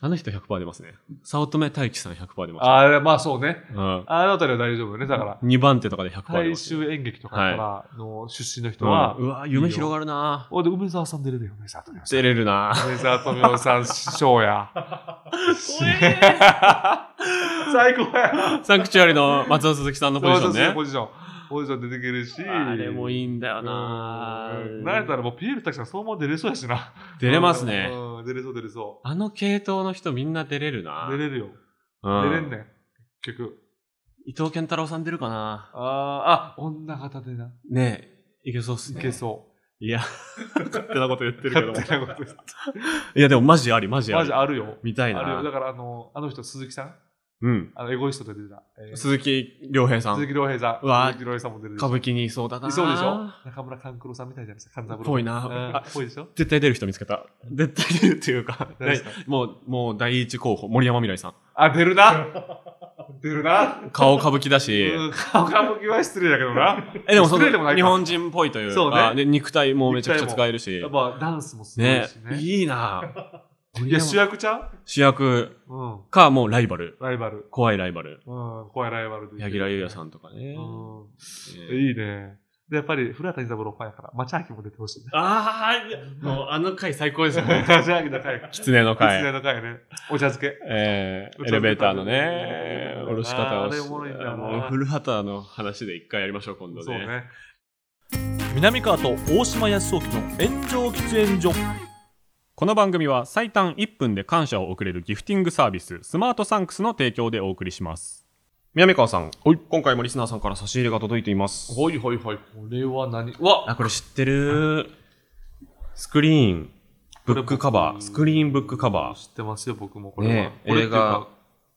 Speaker 2: あの人100%出ますね。早乙女太一さん100%出ますね。
Speaker 3: あれ、まあそうね。
Speaker 2: うん
Speaker 3: あのあたりは大丈夫よね。だから、
Speaker 2: 2番手とかで100%出
Speaker 3: 大
Speaker 2: ますね、
Speaker 3: 衆演劇とかからの出身の人
Speaker 2: は
Speaker 3: は、
Speaker 2: うわ、夢広がるな
Speaker 3: おで梅沢さん出れるよ、梅沢富美男さん
Speaker 2: 出れるな
Speaker 3: 梅沢富美男さん、師匠や。 最高や。
Speaker 2: サンクチュアリの松尾鈴木さんのポジションね。
Speaker 3: ポジション。ポジション出てくるし。
Speaker 2: あれもいいんだよな
Speaker 3: うんなんやったらもうピエール滝さんそのまま出れそうやしな。
Speaker 2: 出れますね。
Speaker 3: うん。うん出れそう出れそ
Speaker 2: あの系統の人みんな出れるな
Speaker 3: う。出れるよ。
Speaker 2: うん
Speaker 3: 出れんねん。結局。
Speaker 2: 伊藤健太郎さん出るかな
Speaker 3: あーあ、女型でな。
Speaker 2: ねえ、いけそうっす
Speaker 3: い
Speaker 2: ね。
Speaker 3: けそ
Speaker 2: い や、勝手なこと言って
Speaker 3: う。
Speaker 2: るけど
Speaker 3: 勝。手 なことです
Speaker 2: いや、でもマジあり、マジあ
Speaker 3: マ
Speaker 2: り
Speaker 3: ジ。あるよ。
Speaker 2: 見たい
Speaker 3: あるよ。だ
Speaker 2: な。
Speaker 3: からあの、あの人、鈴木さん
Speaker 2: うん。
Speaker 3: あの、エゴイストで出てた。えー
Speaker 2: 鈴木亮平さん。
Speaker 3: 鈴木亮平さ
Speaker 2: う
Speaker 3: ん。
Speaker 2: わー
Speaker 3: 鈴木亮平さんも出てるし
Speaker 2: 歌舞伎にいそうだな。
Speaker 3: いそうでしょ中村勘九郎さんみたいじゃないですか。勘三郎。
Speaker 2: ぽい
Speaker 3: うん
Speaker 2: な。あ
Speaker 3: ぽいでしょ
Speaker 2: 絶対出る人見つけた。絶対出るっていうか、
Speaker 3: 誰ですか
Speaker 2: もう、もう第一候補、森山未来さん。
Speaker 3: あ、出る な。出るな。
Speaker 2: 顔歌舞伎だし、
Speaker 3: うん顔歌舞伎は失礼だけどな。
Speaker 2: え、でもそ
Speaker 3: 失礼でも
Speaker 2: の、
Speaker 3: ないか
Speaker 2: 日本人っぽいという
Speaker 3: そう
Speaker 2: か、
Speaker 3: ね
Speaker 2: で肉体もめちゃくちゃ使えるし
Speaker 3: や、っぱダンスもすごい
Speaker 2: ね
Speaker 3: しね。
Speaker 2: いいな
Speaker 3: いや、主役ちゃう
Speaker 2: 主役
Speaker 3: うん。
Speaker 2: か、もうライバル。
Speaker 3: ライバル。
Speaker 2: 怖いライバル。
Speaker 3: うん。怖いライバルで。
Speaker 2: 柳楽優弥さ
Speaker 3: ん。
Speaker 2: んとかね。
Speaker 3: うん。いいね。で、やっぱり、古畑任三郎ファンやから、町秋も出てほし いね。
Speaker 2: ああ、もうあの回最高ですよ ね。
Speaker 3: 町秋の回。きつ
Speaker 2: 狐の
Speaker 3: ね
Speaker 2: 回。
Speaker 3: の回ね。 お茶漬け。
Speaker 2: え
Speaker 3: お
Speaker 2: ー、エ
Speaker 3: 茶漬け
Speaker 2: レベーターのね、
Speaker 3: うん
Speaker 2: 下ろし方
Speaker 3: あ
Speaker 2: を
Speaker 3: れ
Speaker 2: し
Speaker 3: おもろいんだよな
Speaker 2: もう古畑の話で一回やりましょう、今度
Speaker 3: そうね。
Speaker 2: 南川と大島康雄の炎上喫煙所この番組は最短1分で感謝を送れるギフティングサービススマートサンクスの提供でお送りします南川さん、今回もリスナーさんから差し入れが届いています
Speaker 3: ほいほいほい。これは何うわ
Speaker 2: あこれ知ってるスクリーンブックカバースクリーンブックカバ
Speaker 3: 知ってますよ、僕も。これは。
Speaker 2: ね
Speaker 3: これっていうか。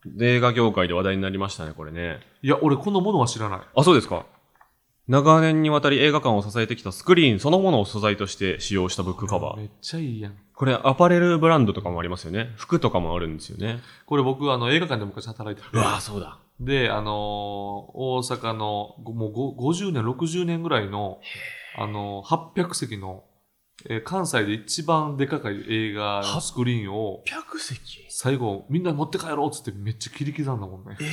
Speaker 2: ー映画業界で話題になりましたねこれね
Speaker 3: いや、俺、このものは知らない。
Speaker 2: あ、そうですか。長年にわたり映画館を支えてきたスクリーンそのものを素材として使用したブックカバー。
Speaker 3: めっちゃいいやん。
Speaker 2: これアパレルブランドとかもありますよね。服とかもあるんですよね。
Speaker 3: これ僕、あの、映画館で昔働いてて。
Speaker 2: あ、そうだ。
Speaker 3: で、あのー大阪の、ごもうご50年、60年ぐらいの、あのー800席の、えー関西で一番でかい映画のスクリーンを、
Speaker 2: 100席
Speaker 3: 最後、みんな持って帰ろうっつってめっちゃ切り刻んだもんね。
Speaker 2: え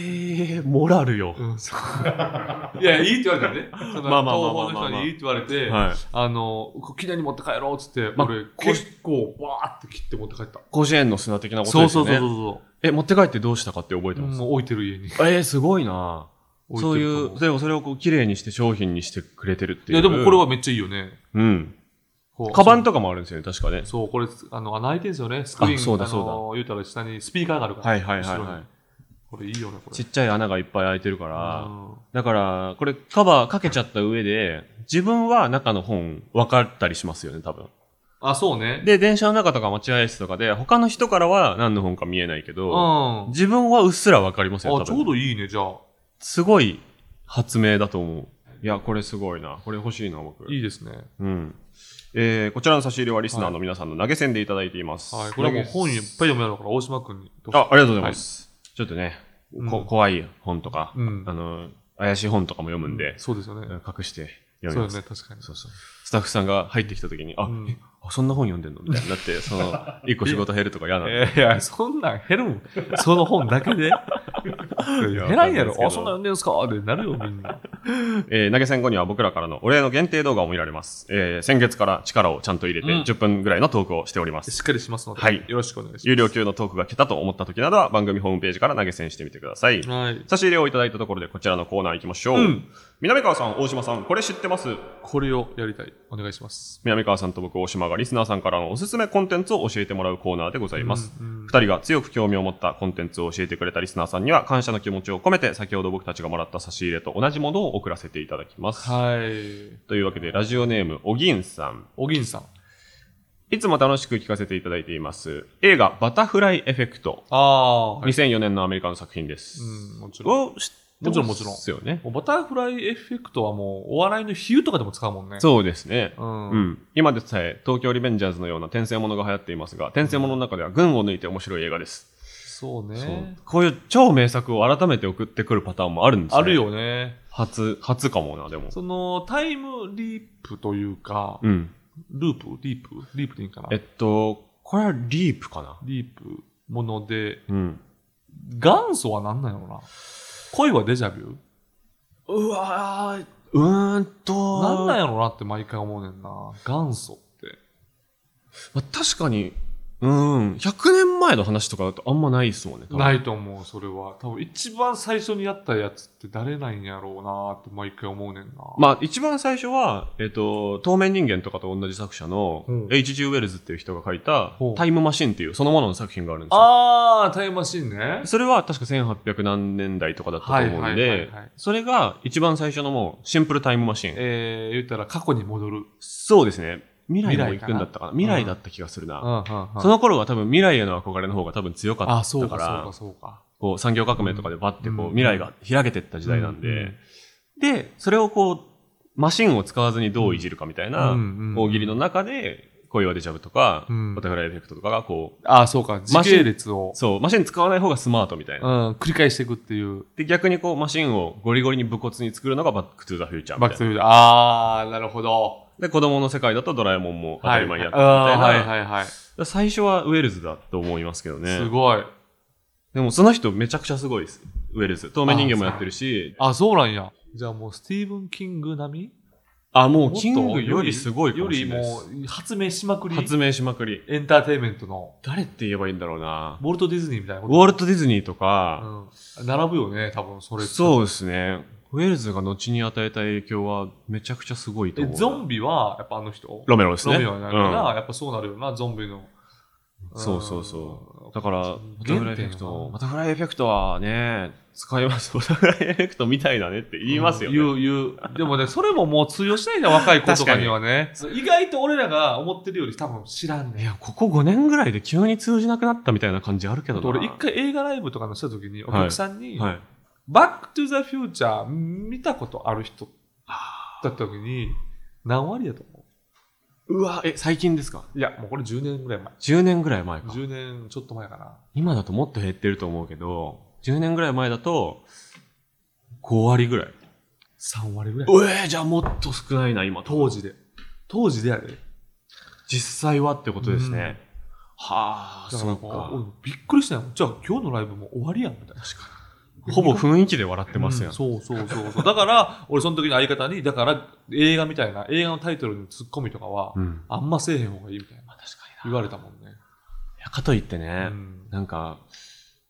Speaker 2: えー、モラルよ。
Speaker 3: うん、そういや、いいって言われたよね。その
Speaker 2: まあまあまあまあ
Speaker 3: 東宝の人にいいって言われて、
Speaker 2: はい。
Speaker 3: あのー、記念に持って帰ろうっつって、
Speaker 2: まあ
Speaker 3: 俺、
Speaker 2: こ
Speaker 3: 結構、バーって切って持って帰った。
Speaker 2: 甲子園の砂的なこと
Speaker 3: そう
Speaker 2: です
Speaker 3: そ
Speaker 2: よ
Speaker 3: う
Speaker 2: ね。
Speaker 3: そうそ
Speaker 2: え、持って帰ってどうしたかって覚え
Speaker 3: う
Speaker 2: て
Speaker 3: そう。
Speaker 2: ます、
Speaker 3: もう置いてる家に。
Speaker 2: ええー、すごいなそういう、
Speaker 3: 置てると思
Speaker 2: でもそれをこう綺麗にして商品にしてくれてるって
Speaker 3: う
Speaker 2: い。
Speaker 3: いうや、でもこれはめっちゃいいよね。
Speaker 2: うん。
Speaker 3: こう
Speaker 2: カバンとかもあるんですよね、確かね。
Speaker 3: そう、これ、あの、穴開いてるんですよね。スクリーン。
Speaker 2: あそうだそうだ
Speaker 3: あの言うたら下にスピーカーがあるから。
Speaker 2: はいはいはい
Speaker 3: 後ろ
Speaker 2: は
Speaker 3: に
Speaker 2: い。
Speaker 3: これいいよね、これ。
Speaker 2: ちっちゃい穴がいっぱい開いてるから、
Speaker 3: うん
Speaker 2: だから、これカバーかけちゃった上で、自分は中の本分かったりしますよね、多分。
Speaker 3: あ、そうね。
Speaker 2: で、電車の中とか待合室とかで、他の人からは何の本か見えないけ
Speaker 3: うん。
Speaker 2: ど、
Speaker 3: あ、
Speaker 2: 自分はうっすら分かります
Speaker 3: ち
Speaker 2: よ、
Speaker 3: ょ
Speaker 2: 多
Speaker 3: う
Speaker 2: 分。
Speaker 3: どいいね、じゃあ。
Speaker 2: すごい発明だと思う。いや、これすごいな。これ欲しいな、僕。
Speaker 3: いいですね。
Speaker 2: うん。えーこちらの差し入れはリスナーの皆さんの投げ銭でいただいています。
Speaker 3: はい。これはもう本いっぱい読むやろうから、大島君に。
Speaker 2: あ、ありがとうございます。ちょっとね、こ
Speaker 3: うん
Speaker 2: 怖い本とか、
Speaker 3: うん
Speaker 2: あの、怪しい本とかも読むんで、
Speaker 3: そうですよね。
Speaker 2: 隠して
Speaker 3: そう
Speaker 2: 読み
Speaker 3: だよ
Speaker 2: ます。
Speaker 3: ね、確かに。
Speaker 2: そうそう。スタッフさんが入ってきた時に、あ、
Speaker 3: うん
Speaker 2: えあそんな本読んでんのみたいにな って、その、一個仕事減るとか嫌なんで。
Speaker 3: えーいや、そんなん減るん。その本だけで。減らんやろ。あ、そんなん読んでんすかってなるよ、みんな。
Speaker 2: えー投げ銭後には僕らからのお礼の限定動画も見られます。えー先月から力をちゃんと入れて
Speaker 3: うん
Speaker 2: 10分ぐらいのトークをしております。
Speaker 3: しっかりしますので、
Speaker 2: はい
Speaker 3: よろしくお願いします。
Speaker 2: 有料級のトークが来たと思った時などは番組ホームページから投げ銭してみてください。
Speaker 3: はい。
Speaker 2: 差し入れをいただいたところでこちらのコーナー行きましょう。
Speaker 3: うん
Speaker 2: 南川さん、大島さん、これ知ってます
Speaker 3: これをやりたい。お願いします。
Speaker 2: 南川さんと僕、大島がリスナーさんからのおすすめコンテンツを教えてもらうコーナーでございます。
Speaker 3: う
Speaker 2: 二、
Speaker 3: んうん
Speaker 2: 人が強く興味を持ったコンテンツを教えてくれたリスナーさんには感謝の気持ちを込めて、先ほど僕たちがもらった差し入れと同じものを送らせていただきます。
Speaker 3: はい。
Speaker 2: というわけで、ラジオネーム、おぎんさん。
Speaker 3: おぎんさん。
Speaker 2: いつも楽しく聞かせていただいています。映画、バタフライエフェクト。
Speaker 3: ああ、はい。
Speaker 2: 2004年のアメリカの作品です。
Speaker 3: うん、もちろん。
Speaker 2: を知って
Speaker 3: もちろんもちろん
Speaker 2: ますよね。
Speaker 3: もうバタフライエフェクトはもう、お笑いの比喩とかでも使うもんね。
Speaker 2: そうですね。
Speaker 3: う。ん。
Speaker 2: うん、今でさえ東京リベンジャーズのような転生ものが流行っていますが転生ものの中では群を抜いて面白い映画です、
Speaker 3: そう
Speaker 2: そう
Speaker 3: ね。
Speaker 2: こういう超名作を改めて送ってくるパターンもあるんですね
Speaker 3: あるよね。
Speaker 2: 初初かもなでも
Speaker 3: その、タイムリープというか、
Speaker 2: うん
Speaker 3: ループリープリープでいいんかな
Speaker 2: えっとこれはリープかな
Speaker 3: リープもので、
Speaker 2: うん
Speaker 3: 元祖は何なんやろな恋はデジャビュー
Speaker 2: うわうーんと
Speaker 3: 何なんやろなって毎回思うねんな。元祖って。
Speaker 2: まあ、確かにうん100年前の話とかだとあんまないですもんね多分
Speaker 3: ないと思う、それは。多分一番最初にやったやつって誰なんやろうなって毎回思うねんな。
Speaker 2: まあ、一番最初は、えっ、と、透明人間とかと同じ作者の
Speaker 3: うん
Speaker 2: H.G. ウェルズっていう人が書いた
Speaker 3: ほう
Speaker 2: タイムマシンっていうそのものの作品があるんですよ。
Speaker 3: あー、タイムマシンね。
Speaker 2: それは確か1800何年代とかだったと思うん
Speaker 3: はいはいは
Speaker 2: で
Speaker 3: いはい、
Speaker 2: それが一番最初のもうシンプルタイムマシン。
Speaker 3: えー、言ったら過去に戻る。
Speaker 2: そうですね。未来も
Speaker 3: 未
Speaker 2: 行
Speaker 3: 来か
Speaker 2: く
Speaker 3: なん
Speaker 2: だったかな。未来だった気がする
Speaker 3: う
Speaker 2: な。
Speaker 3: んうんうん
Speaker 2: その頃は多分未来への憧れの方が多分強か
Speaker 3: あ、
Speaker 2: っ
Speaker 3: そ
Speaker 2: た
Speaker 3: う
Speaker 2: か
Speaker 3: か、そう
Speaker 2: ら
Speaker 3: か、、そうか。
Speaker 2: こう産業革命とかでバッてこ
Speaker 3: う
Speaker 2: うん未来が開けてった時代なん
Speaker 3: うんう
Speaker 2: で、で、それをこう、マシンを使わずにどういじるかみたいな
Speaker 3: うんうんうん
Speaker 2: 大喜利の中で、恋はデジャブとか
Speaker 3: う、ん
Speaker 2: バタフライエフェクトとかがこう、
Speaker 3: あー、そうか、時系列を、
Speaker 2: そう、マシン使わない方がスマートみたいうな。
Speaker 3: ん、繰り返していくっていう。
Speaker 2: で、逆にこう、マシンをゴリゴリに武骨に作るのがバックトゥーザフューチャーみた
Speaker 3: バ
Speaker 2: い
Speaker 3: ッ
Speaker 2: な
Speaker 3: ク。トゥーザあー、なるほど。
Speaker 2: で、子供の世界だとドラえもんも当たり前にやってたみたいな。
Speaker 3: はいはいはい。
Speaker 2: 最初はウェルズだと思いますけどね。
Speaker 3: すごい。
Speaker 2: でもその人めちゃくちゃすごいです。ウェルズ。透明人間もやってるし。
Speaker 3: あ、そうなんや。じゃあもうスティーブン・キング並み
Speaker 2: あもう
Speaker 3: もっと
Speaker 2: キングよりすごいかもしれないで
Speaker 3: よ
Speaker 2: す。
Speaker 3: りもう発明しまくり。
Speaker 2: 発明しまくり。
Speaker 3: エンターテインメントの。
Speaker 2: 誰って言えばいいんだろうな
Speaker 3: ウ。ォルト・ディズニーみたいなこ
Speaker 2: ウ
Speaker 3: と。
Speaker 2: ォルト・ディズニーとか、
Speaker 3: うん。並ぶよね、多分それ。
Speaker 2: そうですね。ウェルズが後に与えた影響はめちゃくちゃすごいと
Speaker 3: え
Speaker 2: 思うな。
Speaker 3: ゾンビは、やっぱあの人。
Speaker 2: ロメロですね。
Speaker 3: ロメロになるから、
Speaker 2: うん
Speaker 3: やっぱそうなるよな、ゾンビの。
Speaker 2: そうそうそう。だから、バタ
Speaker 3: 原点
Speaker 2: フライエフェクト
Speaker 3: な、
Speaker 2: バタフライエフェクトはね、使います。 バタフライエフェクトみたいだねって言いますよね。
Speaker 3: うん言う、言う。でもね、それももう通用しないな、若い子とかにはね。意外と俺らが思ってるより多分知らんね
Speaker 2: い
Speaker 3: ん。
Speaker 2: や、ここ5年ぐらいで急に通じなくなったみたいな感じあるけど
Speaker 3: あ
Speaker 2: な。
Speaker 3: と俺一回映画ライブとかのした時にお客さんに、
Speaker 2: はい。
Speaker 3: バックトゥザフューチャー見たことある人だった時に何割やと思
Speaker 2: うわ、え、最近ですか
Speaker 3: ういや、もうこれ10年ぐらい前。
Speaker 2: ?10 年ぐらい前か。
Speaker 3: 10年ちょっと前かな。
Speaker 2: 今だともっと減ってると思うけど、10年ぐらい前だと、5割ぐらい。
Speaker 3: 3割ぐらい。
Speaker 2: うえー、じゃあもっと少ないな、今。
Speaker 3: 当時で。当時でやで。
Speaker 2: 実際はってことです
Speaker 3: うん
Speaker 2: ね。はあ、
Speaker 3: だ
Speaker 2: そう
Speaker 3: らも
Speaker 2: か。
Speaker 3: う俺びっくりしたよ。じゃあ今日のライブもう終わりやんみたいな。
Speaker 2: 確かに。 ほぼ雰囲気で笑ってますやん。
Speaker 3: うんそうそうそうそう。だから、俺その時の相方に、だから映画みたいな、映画のタイトルのツッコミとかは、
Speaker 2: うん。
Speaker 3: あんませえへん方がいいみたいな。
Speaker 2: 確かに
Speaker 3: 言われたもんね。
Speaker 2: いやかといってね、
Speaker 3: うん
Speaker 2: なんか、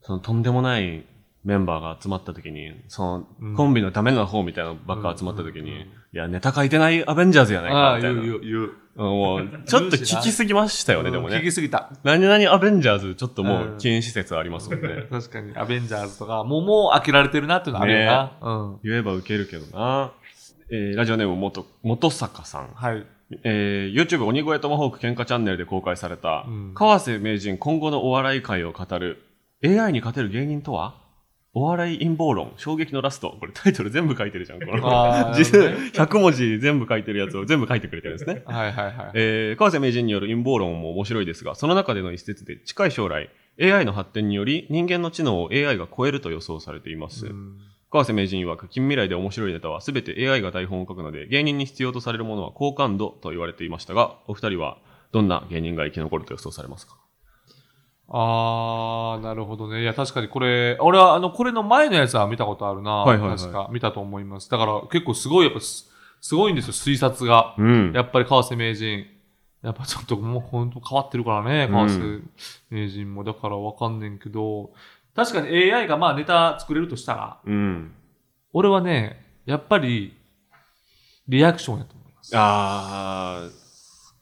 Speaker 2: そのとんでもないメンバーが集まった時に、そ
Speaker 3: うん
Speaker 2: のコンビのダメな方みたいなのばっか集まった時に、
Speaker 3: うんうんうん
Speaker 2: いや、ネタ書いてないアベンジャーズやない
Speaker 3: あ
Speaker 2: か
Speaker 3: あ、
Speaker 2: みたい
Speaker 3: 言
Speaker 2: な。
Speaker 3: う言う言う。
Speaker 2: うんもう、ちょっと聞きすぎましたよね、でも
Speaker 3: 聞
Speaker 2: ね
Speaker 3: き。すぎた。
Speaker 2: 何々アベンジャーズ、ちょっとも
Speaker 3: う
Speaker 2: うん禁止説ありますもんね。
Speaker 3: 確かに、アベンジャーズとか、もう、もう飽きられてるなっていうのあるよな。うん。
Speaker 2: 言えばウケるけどな。えーラジオネーム元、元坂さん。
Speaker 3: はい。
Speaker 2: えー YouTube 鬼越トマホーク喧嘩チャンネルで公開された、
Speaker 3: うん
Speaker 2: 川瀬名人今後のお笑い界を語る AI に勝てる芸人とはお笑い陰謀論、衝撃のラスト。これタイトル 全部書いてるじゃん、この。
Speaker 3: あー
Speaker 2: 実
Speaker 3: なるほ
Speaker 2: 100文字全部書いてるやつを 全部書いてくれてるんですね。
Speaker 3: はいはいはい。
Speaker 2: えー、川瀬名人による陰謀論も面白いですが、その中での一節で近い将来、AI の発展により人間の知能を AI が超えると予想されています。
Speaker 3: うん
Speaker 2: 川瀬名人曰く近未来で面白いネタは全て AI が台本を書くので、芸人に必要とされるものは好感度と言われていましたが、お二人はどんな芸人が生き残ると予想されますか
Speaker 3: あー、なるほどね。いや、確かにこれ、俺は、あの、これの前のやつは見たことあるな。
Speaker 2: はいはいはい
Speaker 3: 確か、見たと思います。だから、結構すごい、やっぱす、すごいんですよ、推察が。
Speaker 2: うん
Speaker 3: やっぱり川瀬名人。やっぱちょっともう本当変わってるからね、川瀬名人も。だからわかんねんけど、確かに AI がまあネタ作れるとしたら、
Speaker 2: うん。
Speaker 3: 俺はね、やっぱり、リアクションやと思います。
Speaker 2: あ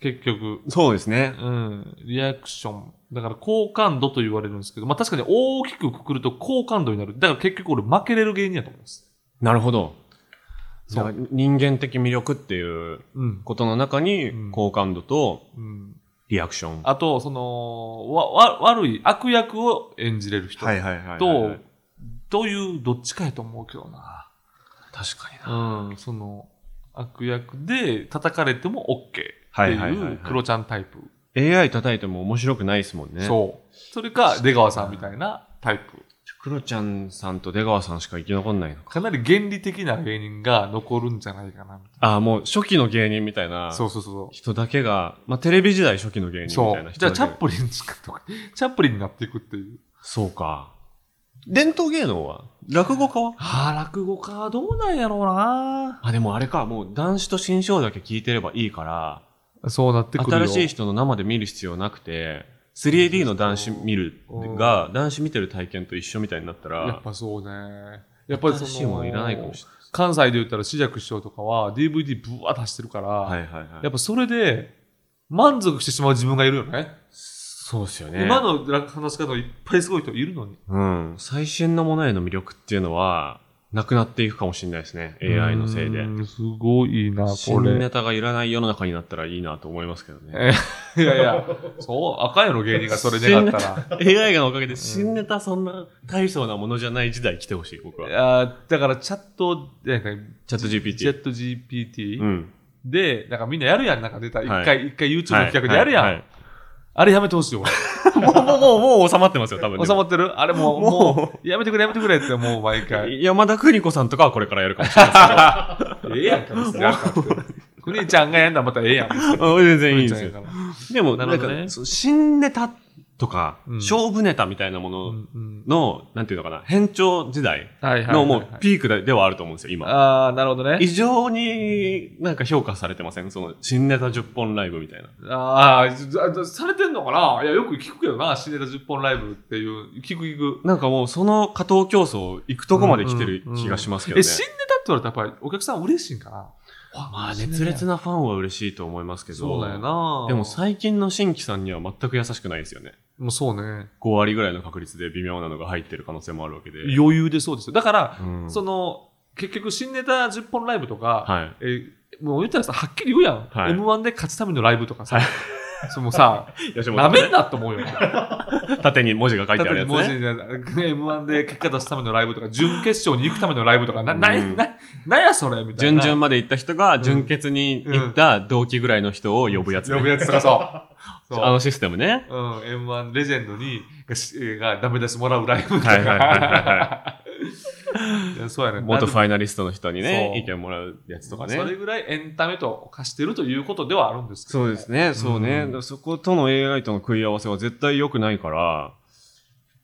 Speaker 3: 結局。
Speaker 2: ー、そうですね。
Speaker 3: うん、リアクション。だから好感度と言われるんですけど、まあ確かに大きくくくると好感度になる。だから結局俺負けれる芸人やと思います。
Speaker 2: なるほど。
Speaker 3: そう
Speaker 2: だから人間的魅力っていう
Speaker 3: うん。
Speaker 2: ことの中
Speaker 3: う
Speaker 2: に
Speaker 3: ん
Speaker 2: 好感度と
Speaker 3: うん、
Speaker 2: リアクション。
Speaker 3: あと、その、わ、わ、悪い悪役を演じれる人。
Speaker 2: はいは
Speaker 3: と、というどっちかやと思うけどな。
Speaker 2: 確かにな。
Speaker 3: うん、その、悪役で叩かれても OK って
Speaker 2: はいはいはい
Speaker 3: い
Speaker 2: はいう
Speaker 3: 黒ちゃんタイプ。
Speaker 2: AI 叩いても面白くないですもんね。う。
Speaker 3: そう。それか出川さんみたいなタイプ。
Speaker 2: クロちゃんさんと出川さんしか生き残んないのか。
Speaker 3: かなり原理的な芸人が残るんじゃないかなみたい
Speaker 2: ああ、もう初期の芸人みたいな
Speaker 3: な。そうそうそう。
Speaker 2: 人だけが、まあテレビ時代初期の芸人み
Speaker 3: そ
Speaker 2: たいな
Speaker 3: う。
Speaker 2: 人
Speaker 3: じゃあ、
Speaker 2: だけ
Speaker 3: チャップリンとか、チャップリンになっていくっていう。
Speaker 2: そうか。伝統芸能は落語家は
Speaker 3: はあ、落語家、どうなんやろうな
Speaker 2: あ、でもあれか、もう男子と新章だけ聞いてればいいから、
Speaker 3: そうなってくるよ。
Speaker 2: 新しい人の生で見る必要なくて、3D の男子見るが、男子見てる体験と一緒みたいになった
Speaker 3: やっ
Speaker 2: ら、
Speaker 3: ぱそうね。やっぱりそ
Speaker 2: 新しいも
Speaker 3: の、
Speaker 2: のいらないかもし
Speaker 3: 関西で言ったら、志尺師匠とかは DVD ぶわー出してるから、
Speaker 2: れない。はいはいはい。
Speaker 3: やっぱそれで、満足してしまう自分がいるよね。
Speaker 2: そうですよね。
Speaker 3: 今の落話し方いっぱいすごい人いるのに。
Speaker 2: うん、最新のものへの魅力っていうのは、なくなっていくかもしれないですね。AI のせいで。
Speaker 3: うーん。すごいな、こ
Speaker 2: 新ネ
Speaker 3: れ。
Speaker 2: タがいらない世の中になったらいいなと思いますけどね。
Speaker 3: えいやいや、そう、赤いの芸人がそれ 願ったら。
Speaker 2: AI がのおかげで新ネタそんな大層なものじゃない時代来てほしい、僕
Speaker 3: い
Speaker 2: は。
Speaker 3: やーだからチャット、なんか
Speaker 2: チャット
Speaker 3: チャ
Speaker 2: GPT。
Speaker 3: ット GPT、
Speaker 2: うん。
Speaker 3: で、なんかみんなやるやん、なんか出た。一
Speaker 2: はい
Speaker 3: 回、一回 YouTube の企画でやるやん。
Speaker 2: はいはい
Speaker 3: あれやめて ほしいよ、俺
Speaker 2: もう、もう、もう、もう収まってますよ、多分。
Speaker 3: 収まってるあれもう、
Speaker 2: もう
Speaker 3: もう、やめてくれ、やめてくれって、もう毎回。
Speaker 2: 山田邦子さんとかはこれからやるかもしれないです
Speaker 3: ええやんか、別にやんかって。くにちゃんがやんだらまたええやん。
Speaker 2: け ど。うん全然いいん
Speaker 3: ち
Speaker 2: で
Speaker 3: ゃん
Speaker 2: す
Speaker 3: や
Speaker 2: よ
Speaker 3: か。ら。
Speaker 2: でも、
Speaker 3: な
Speaker 2: なん
Speaker 3: るほどね
Speaker 2: か、そう新ネタとか、
Speaker 3: うん
Speaker 2: 勝負ネタみたいなもの
Speaker 3: うんうん
Speaker 2: の、なんていうのかな、変調時代
Speaker 3: はいはいはいはい。
Speaker 2: のもうピークでではあると思うんですよ、今。
Speaker 3: ああ、なるほどね。
Speaker 2: 異常になんか評価されてませんその新ネタ10本ライブみたいな。
Speaker 3: ああ、されてんのかないや、よく聞くけどな、新ネタ10本ライブっていう、聞く聞く。
Speaker 2: なんかもうその加藤競争行くとこまで来てる気がしますけどね。
Speaker 3: え、新ネタって言われたらやっぱりお客さん嬉しいんかな
Speaker 2: まあ熱烈なファンは嬉しいと思いますけど。
Speaker 3: そうだよ。な
Speaker 2: でも最近の新規さんには全く優しくないですよね。
Speaker 3: もうそうね。
Speaker 2: 5割ぐらいの確率で微妙なのが入ってる可能性もあるわけで。
Speaker 3: 余裕でそうですよ。だから、
Speaker 2: うん
Speaker 3: その、結局新ネタ10本ライブとか、
Speaker 2: はい。
Speaker 3: えーもう言ったらさ、はっきり言うやん。
Speaker 2: はい
Speaker 3: M1 で勝つためのライブとかさ、そのさ、
Speaker 2: 吉
Speaker 3: な
Speaker 2: 本
Speaker 3: め
Speaker 2: ね
Speaker 3: んなと思うよ。
Speaker 2: 縦に文字が書いてあるやつ
Speaker 3: 文字
Speaker 2: ね。
Speaker 3: で M1 で結果出すためのライブとか、準決勝に行くためのライブとか、な、な、
Speaker 2: うん
Speaker 3: な、なんやそれみたい
Speaker 2: 準
Speaker 3: な。
Speaker 2: 々まで行った人が準決に行った同期ぐらいの人を呼ぶやつね、
Speaker 3: 呼ぶやつとかそう。そ う
Speaker 2: あのシステムね。
Speaker 3: うん、M1 レジェンドにがしがダメ出しもらうライブとか。
Speaker 2: はいはいはいはい
Speaker 3: やそうやね。
Speaker 2: 元ファイナリストの人にね、
Speaker 3: そう
Speaker 2: 意見もらうやつとか
Speaker 3: それ
Speaker 2: ね。
Speaker 3: ぐらいエンタメと化してるということではあるんですけど。
Speaker 2: そうですね、そうね。
Speaker 3: うん
Speaker 2: だからそことの AI との食い合わせは絶対良くないから、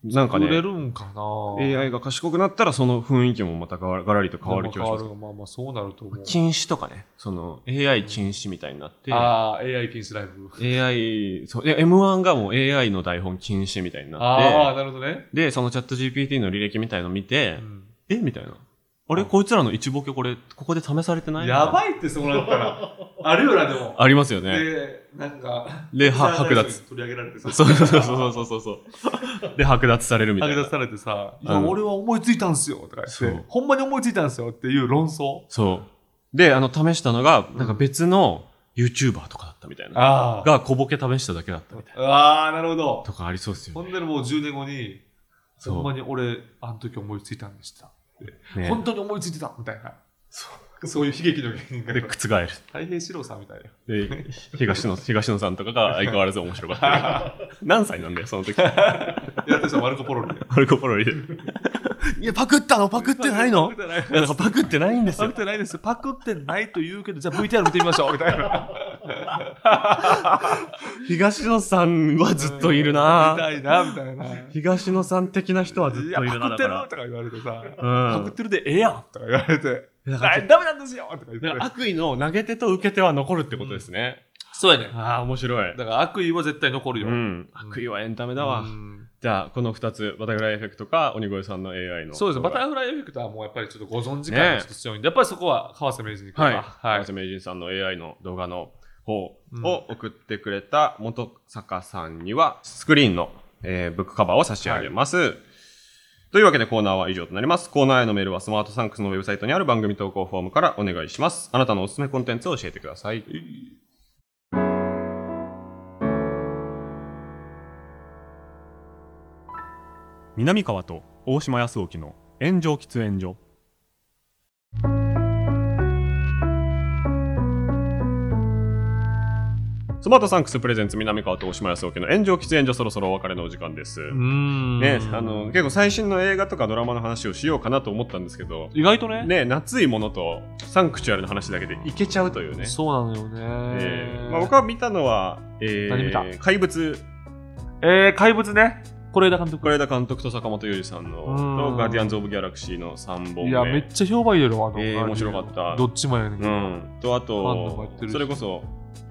Speaker 2: なんか
Speaker 3: 売れ
Speaker 2: ね、
Speaker 3: るんかな
Speaker 2: AI が賢くなったらその雰囲気もまたガラガラリと変わる気
Speaker 3: で
Speaker 2: がしま
Speaker 3: も変わ
Speaker 2: す
Speaker 3: る。のまあまあそうなると思う。
Speaker 2: 禁止とかね、その AI 禁止みたいになって、
Speaker 3: ああ、AI 禁止ライブ。
Speaker 2: AI、そう、で M1 がもう AI の台本禁止みたいに
Speaker 3: あ
Speaker 2: な
Speaker 3: あ、
Speaker 2: って、
Speaker 3: なるほどね。
Speaker 2: で、そのチャット GPT の履歴みたいの見て、
Speaker 3: うん
Speaker 2: えみたいな。あれこいつらの一ボケこれ、ここで試されてない
Speaker 3: やば
Speaker 2: い
Speaker 3: いってそうなったら、あるよな、でも。
Speaker 2: ありますよね。
Speaker 3: で、なんか、
Speaker 2: では
Speaker 3: ウザー
Speaker 2: 剥奪
Speaker 3: に取り上げられてさ、
Speaker 2: そうそうそうそうそうそう。で、剥奪されるみたい
Speaker 3: 剥
Speaker 2: な。
Speaker 3: 奪されてさ、いや、
Speaker 2: あの
Speaker 3: 俺は思いついたんすよ、とか
Speaker 2: そ
Speaker 3: 言っ
Speaker 2: う
Speaker 3: て、ほんまに思いついたんすよっていう論争。
Speaker 2: そう。で、あの、試したのが、なんか別の YouTuber とかだったみたいな。
Speaker 3: あ
Speaker 2: が、小ボケ試しただけだったみたいな。
Speaker 3: あ。ああ、なるほど。
Speaker 2: とかありそうですよ
Speaker 3: ほ
Speaker 2: ね。
Speaker 3: んでもう10年後に、
Speaker 2: そう
Speaker 3: ほんまに俺、あの時思いついたんでした。
Speaker 2: ね
Speaker 3: 本当に思いついてたみたいな。そうそういう悲劇の芸人が
Speaker 2: で、
Speaker 3: 今。
Speaker 2: 覆る。
Speaker 3: 太平四郎さんみたいな。
Speaker 2: で、東 野、東野さんとかが相変わらず面白か った。何歳なんだよ、その時。
Speaker 3: やってたマルコ・ポロリで。
Speaker 2: アルコポロリで。いや、パクったのパクってないの
Speaker 3: パクってな
Speaker 2: い
Speaker 3: い
Speaker 2: やだからパクってないんです
Speaker 3: パク
Speaker 2: よ
Speaker 3: っ。てないです。パクってないと言うけど、じゃあ VTR 見てみましょうみたいな。
Speaker 2: 東野さんはずっといるな
Speaker 3: みたいな、みたいな。
Speaker 2: 東野さん的な人はずっ
Speaker 3: いや、
Speaker 2: といる
Speaker 3: パ
Speaker 2: な
Speaker 3: ク
Speaker 2: だ
Speaker 3: って
Speaker 2: か
Speaker 3: る
Speaker 2: ら
Speaker 3: と。か言われてさ、
Speaker 2: うん
Speaker 3: パクってるでええやんとか言われて、
Speaker 2: だか
Speaker 3: あ
Speaker 2: ら
Speaker 3: ダメなんですよとか言っ
Speaker 2: だから
Speaker 3: て。
Speaker 2: 悪意の投げ手と受け手は残るってことですね。
Speaker 3: そうやね。
Speaker 2: ああ、面白い。
Speaker 3: だから悪意は絶対残るよ。
Speaker 2: うん。悪意はエンタメだわ
Speaker 3: う。ん
Speaker 2: じゃあ、この2つ、バタフライエフェクトか、鬼越さんの AI の。
Speaker 3: そうですね。バタ
Speaker 2: フ
Speaker 3: フライエフェクトはもうやっぱりちょっとご存知感がちょっと強いんで、やっぱりそこは川瀬名人に行く
Speaker 2: はい。
Speaker 3: か
Speaker 2: は。
Speaker 3: はいい
Speaker 2: 松。名人さんの AI の動画の方を
Speaker 3: うん
Speaker 2: 送ってくれた元坂さんには、スクリーンの、えーブックカバーを差し上げます。というわけでコーナーは以上となります。コーナーへのメールはスマートサンクスのウェブサイトにある番組投稿フォームからお願いします。あなたのおすすめコンテンツを教えてください。
Speaker 4: 南川と大島康沖の炎上喫煙所
Speaker 2: スマートサンクスプレゼンツ南川と大島康沖の炎上喫煙所そろそろお別れのお時間です。
Speaker 3: ん
Speaker 2: ね、あの、結構最新の映画とかドラマの話をしようかなと思ったんですけど、
Speaker 3: 意外とね
Speaker 2: ね、夏いものとサンクチュアルの話だけでいけちゃうというね。
Speaker 3: そうなのよね。
Speaker 2: えーまあ、僕は見たのは、えー
Speaker 3: 何見た
Speaker 2: 怪物、
Speaker 3: えー、怪物ね。是枝監督。
Speaker 2: 是枝監督と坂本龍二さんの、
Speaker 3: うん
Speaker 2: とガーディアンズ・オブ・ギャラクシーの3本目。
Speaker 3: いや、めっちゃ評判いいよ、あの。
Speaker 2: えー面白かった
Speaker 3: どっちもやねんけ
Speaker 2: う
Speaker 3: ど。
Speaker 2: ん。と、あ
Speaker 3: ファンとかや
Speaker 2: と
Speaker 3: ってる、し
Speaker 2: それこそ、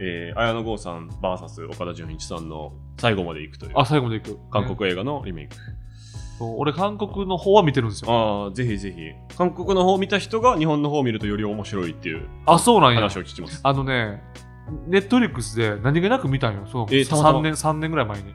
Speaker 2: えー、綾野剛さん VS 岡田准一さんの最後まで行くという、
Speaker 3: あ、最後まで行く。
Speaker 2: 韓国映画のリメイク。
Speaker 3: そう俺、韓国の方は見てるんですよ。
Speaker 2: ああ、ぜひぜひ。韓国の方を見た人が日本の方を見るとより面白いっていう
Speaker 3: あ、そうなんや。
Speaker 2: 話を聞きます。
Speaker 3: あのね、ネットフリックスで何気なく見たんよ。その
Speaker 2: えーたまたま
Speaker 3: 3年、三年ぐらい前に。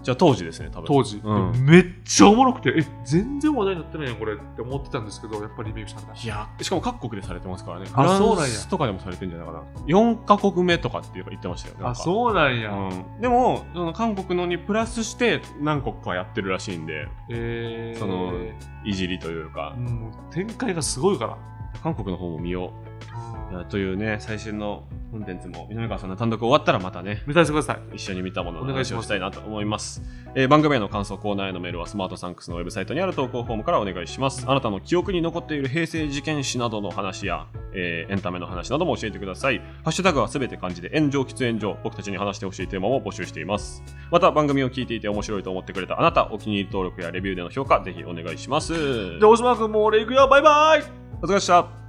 Speaker 2: じゃあ当時ですね、多分。
Speaker 3: 当時、
Speaker 2: うん
Speaker 3: でめっちゃおもろくて、え、全然話題になってないやん、これって思ってたんですけど、やっぱりリメイクしたんだ。
Speaker 2: いや、しかも各国でされてますからね。フ
Speaker 3: あ
Speaker 2: ラ
Speaker 3: そうなんや
Speaker 2: ンスとかでもされてんじゃないかな。4カ国目とかって言ってましたよ。
Speaker 3: あ、
Speaker 2: う
Speaker 3: そうなんや。
Speaker 2: うん、でも、その韓国のにプラスして何国かやってるらしいんで、
Speaker 3: えー、
Speaker 2: そのいじりというか
Speaker 3: う、ん、展開がすごいから。
Speaker 2: 韓国の方も見よう。い
Speaker 3: うん
Speaker 2: やというね、最新のコンテンツも、南川さんの単独終わったらまたね、
Speaker 3: 見返してください。
Speaker 2: 一緒に見たものの
Speaker 3: お願いし
Speaker 2: 話を
Speaker 3: ます
Speaker 2: したいなと思います。えー番組への感想、コーナーへのメールはスマートサンクスのウェブサイトにある投稿フォームからお願いします。あなたの記憶に残っている平成事件史などの話や、えーエンタメの話なども教えてください。ハッシュタグはすべて漢字で炎上喫煙所、僕たちに話してほしいテーマも募集しています。また番組を聞いていて面白いと思ってくれたあなた、お気に入り登録やレビューでの評価、ぜひお願いします。
Speaker 3: じゃあ、大島君もう俺行くよ、バイバイ
Speaker 2: お疲れ様でした。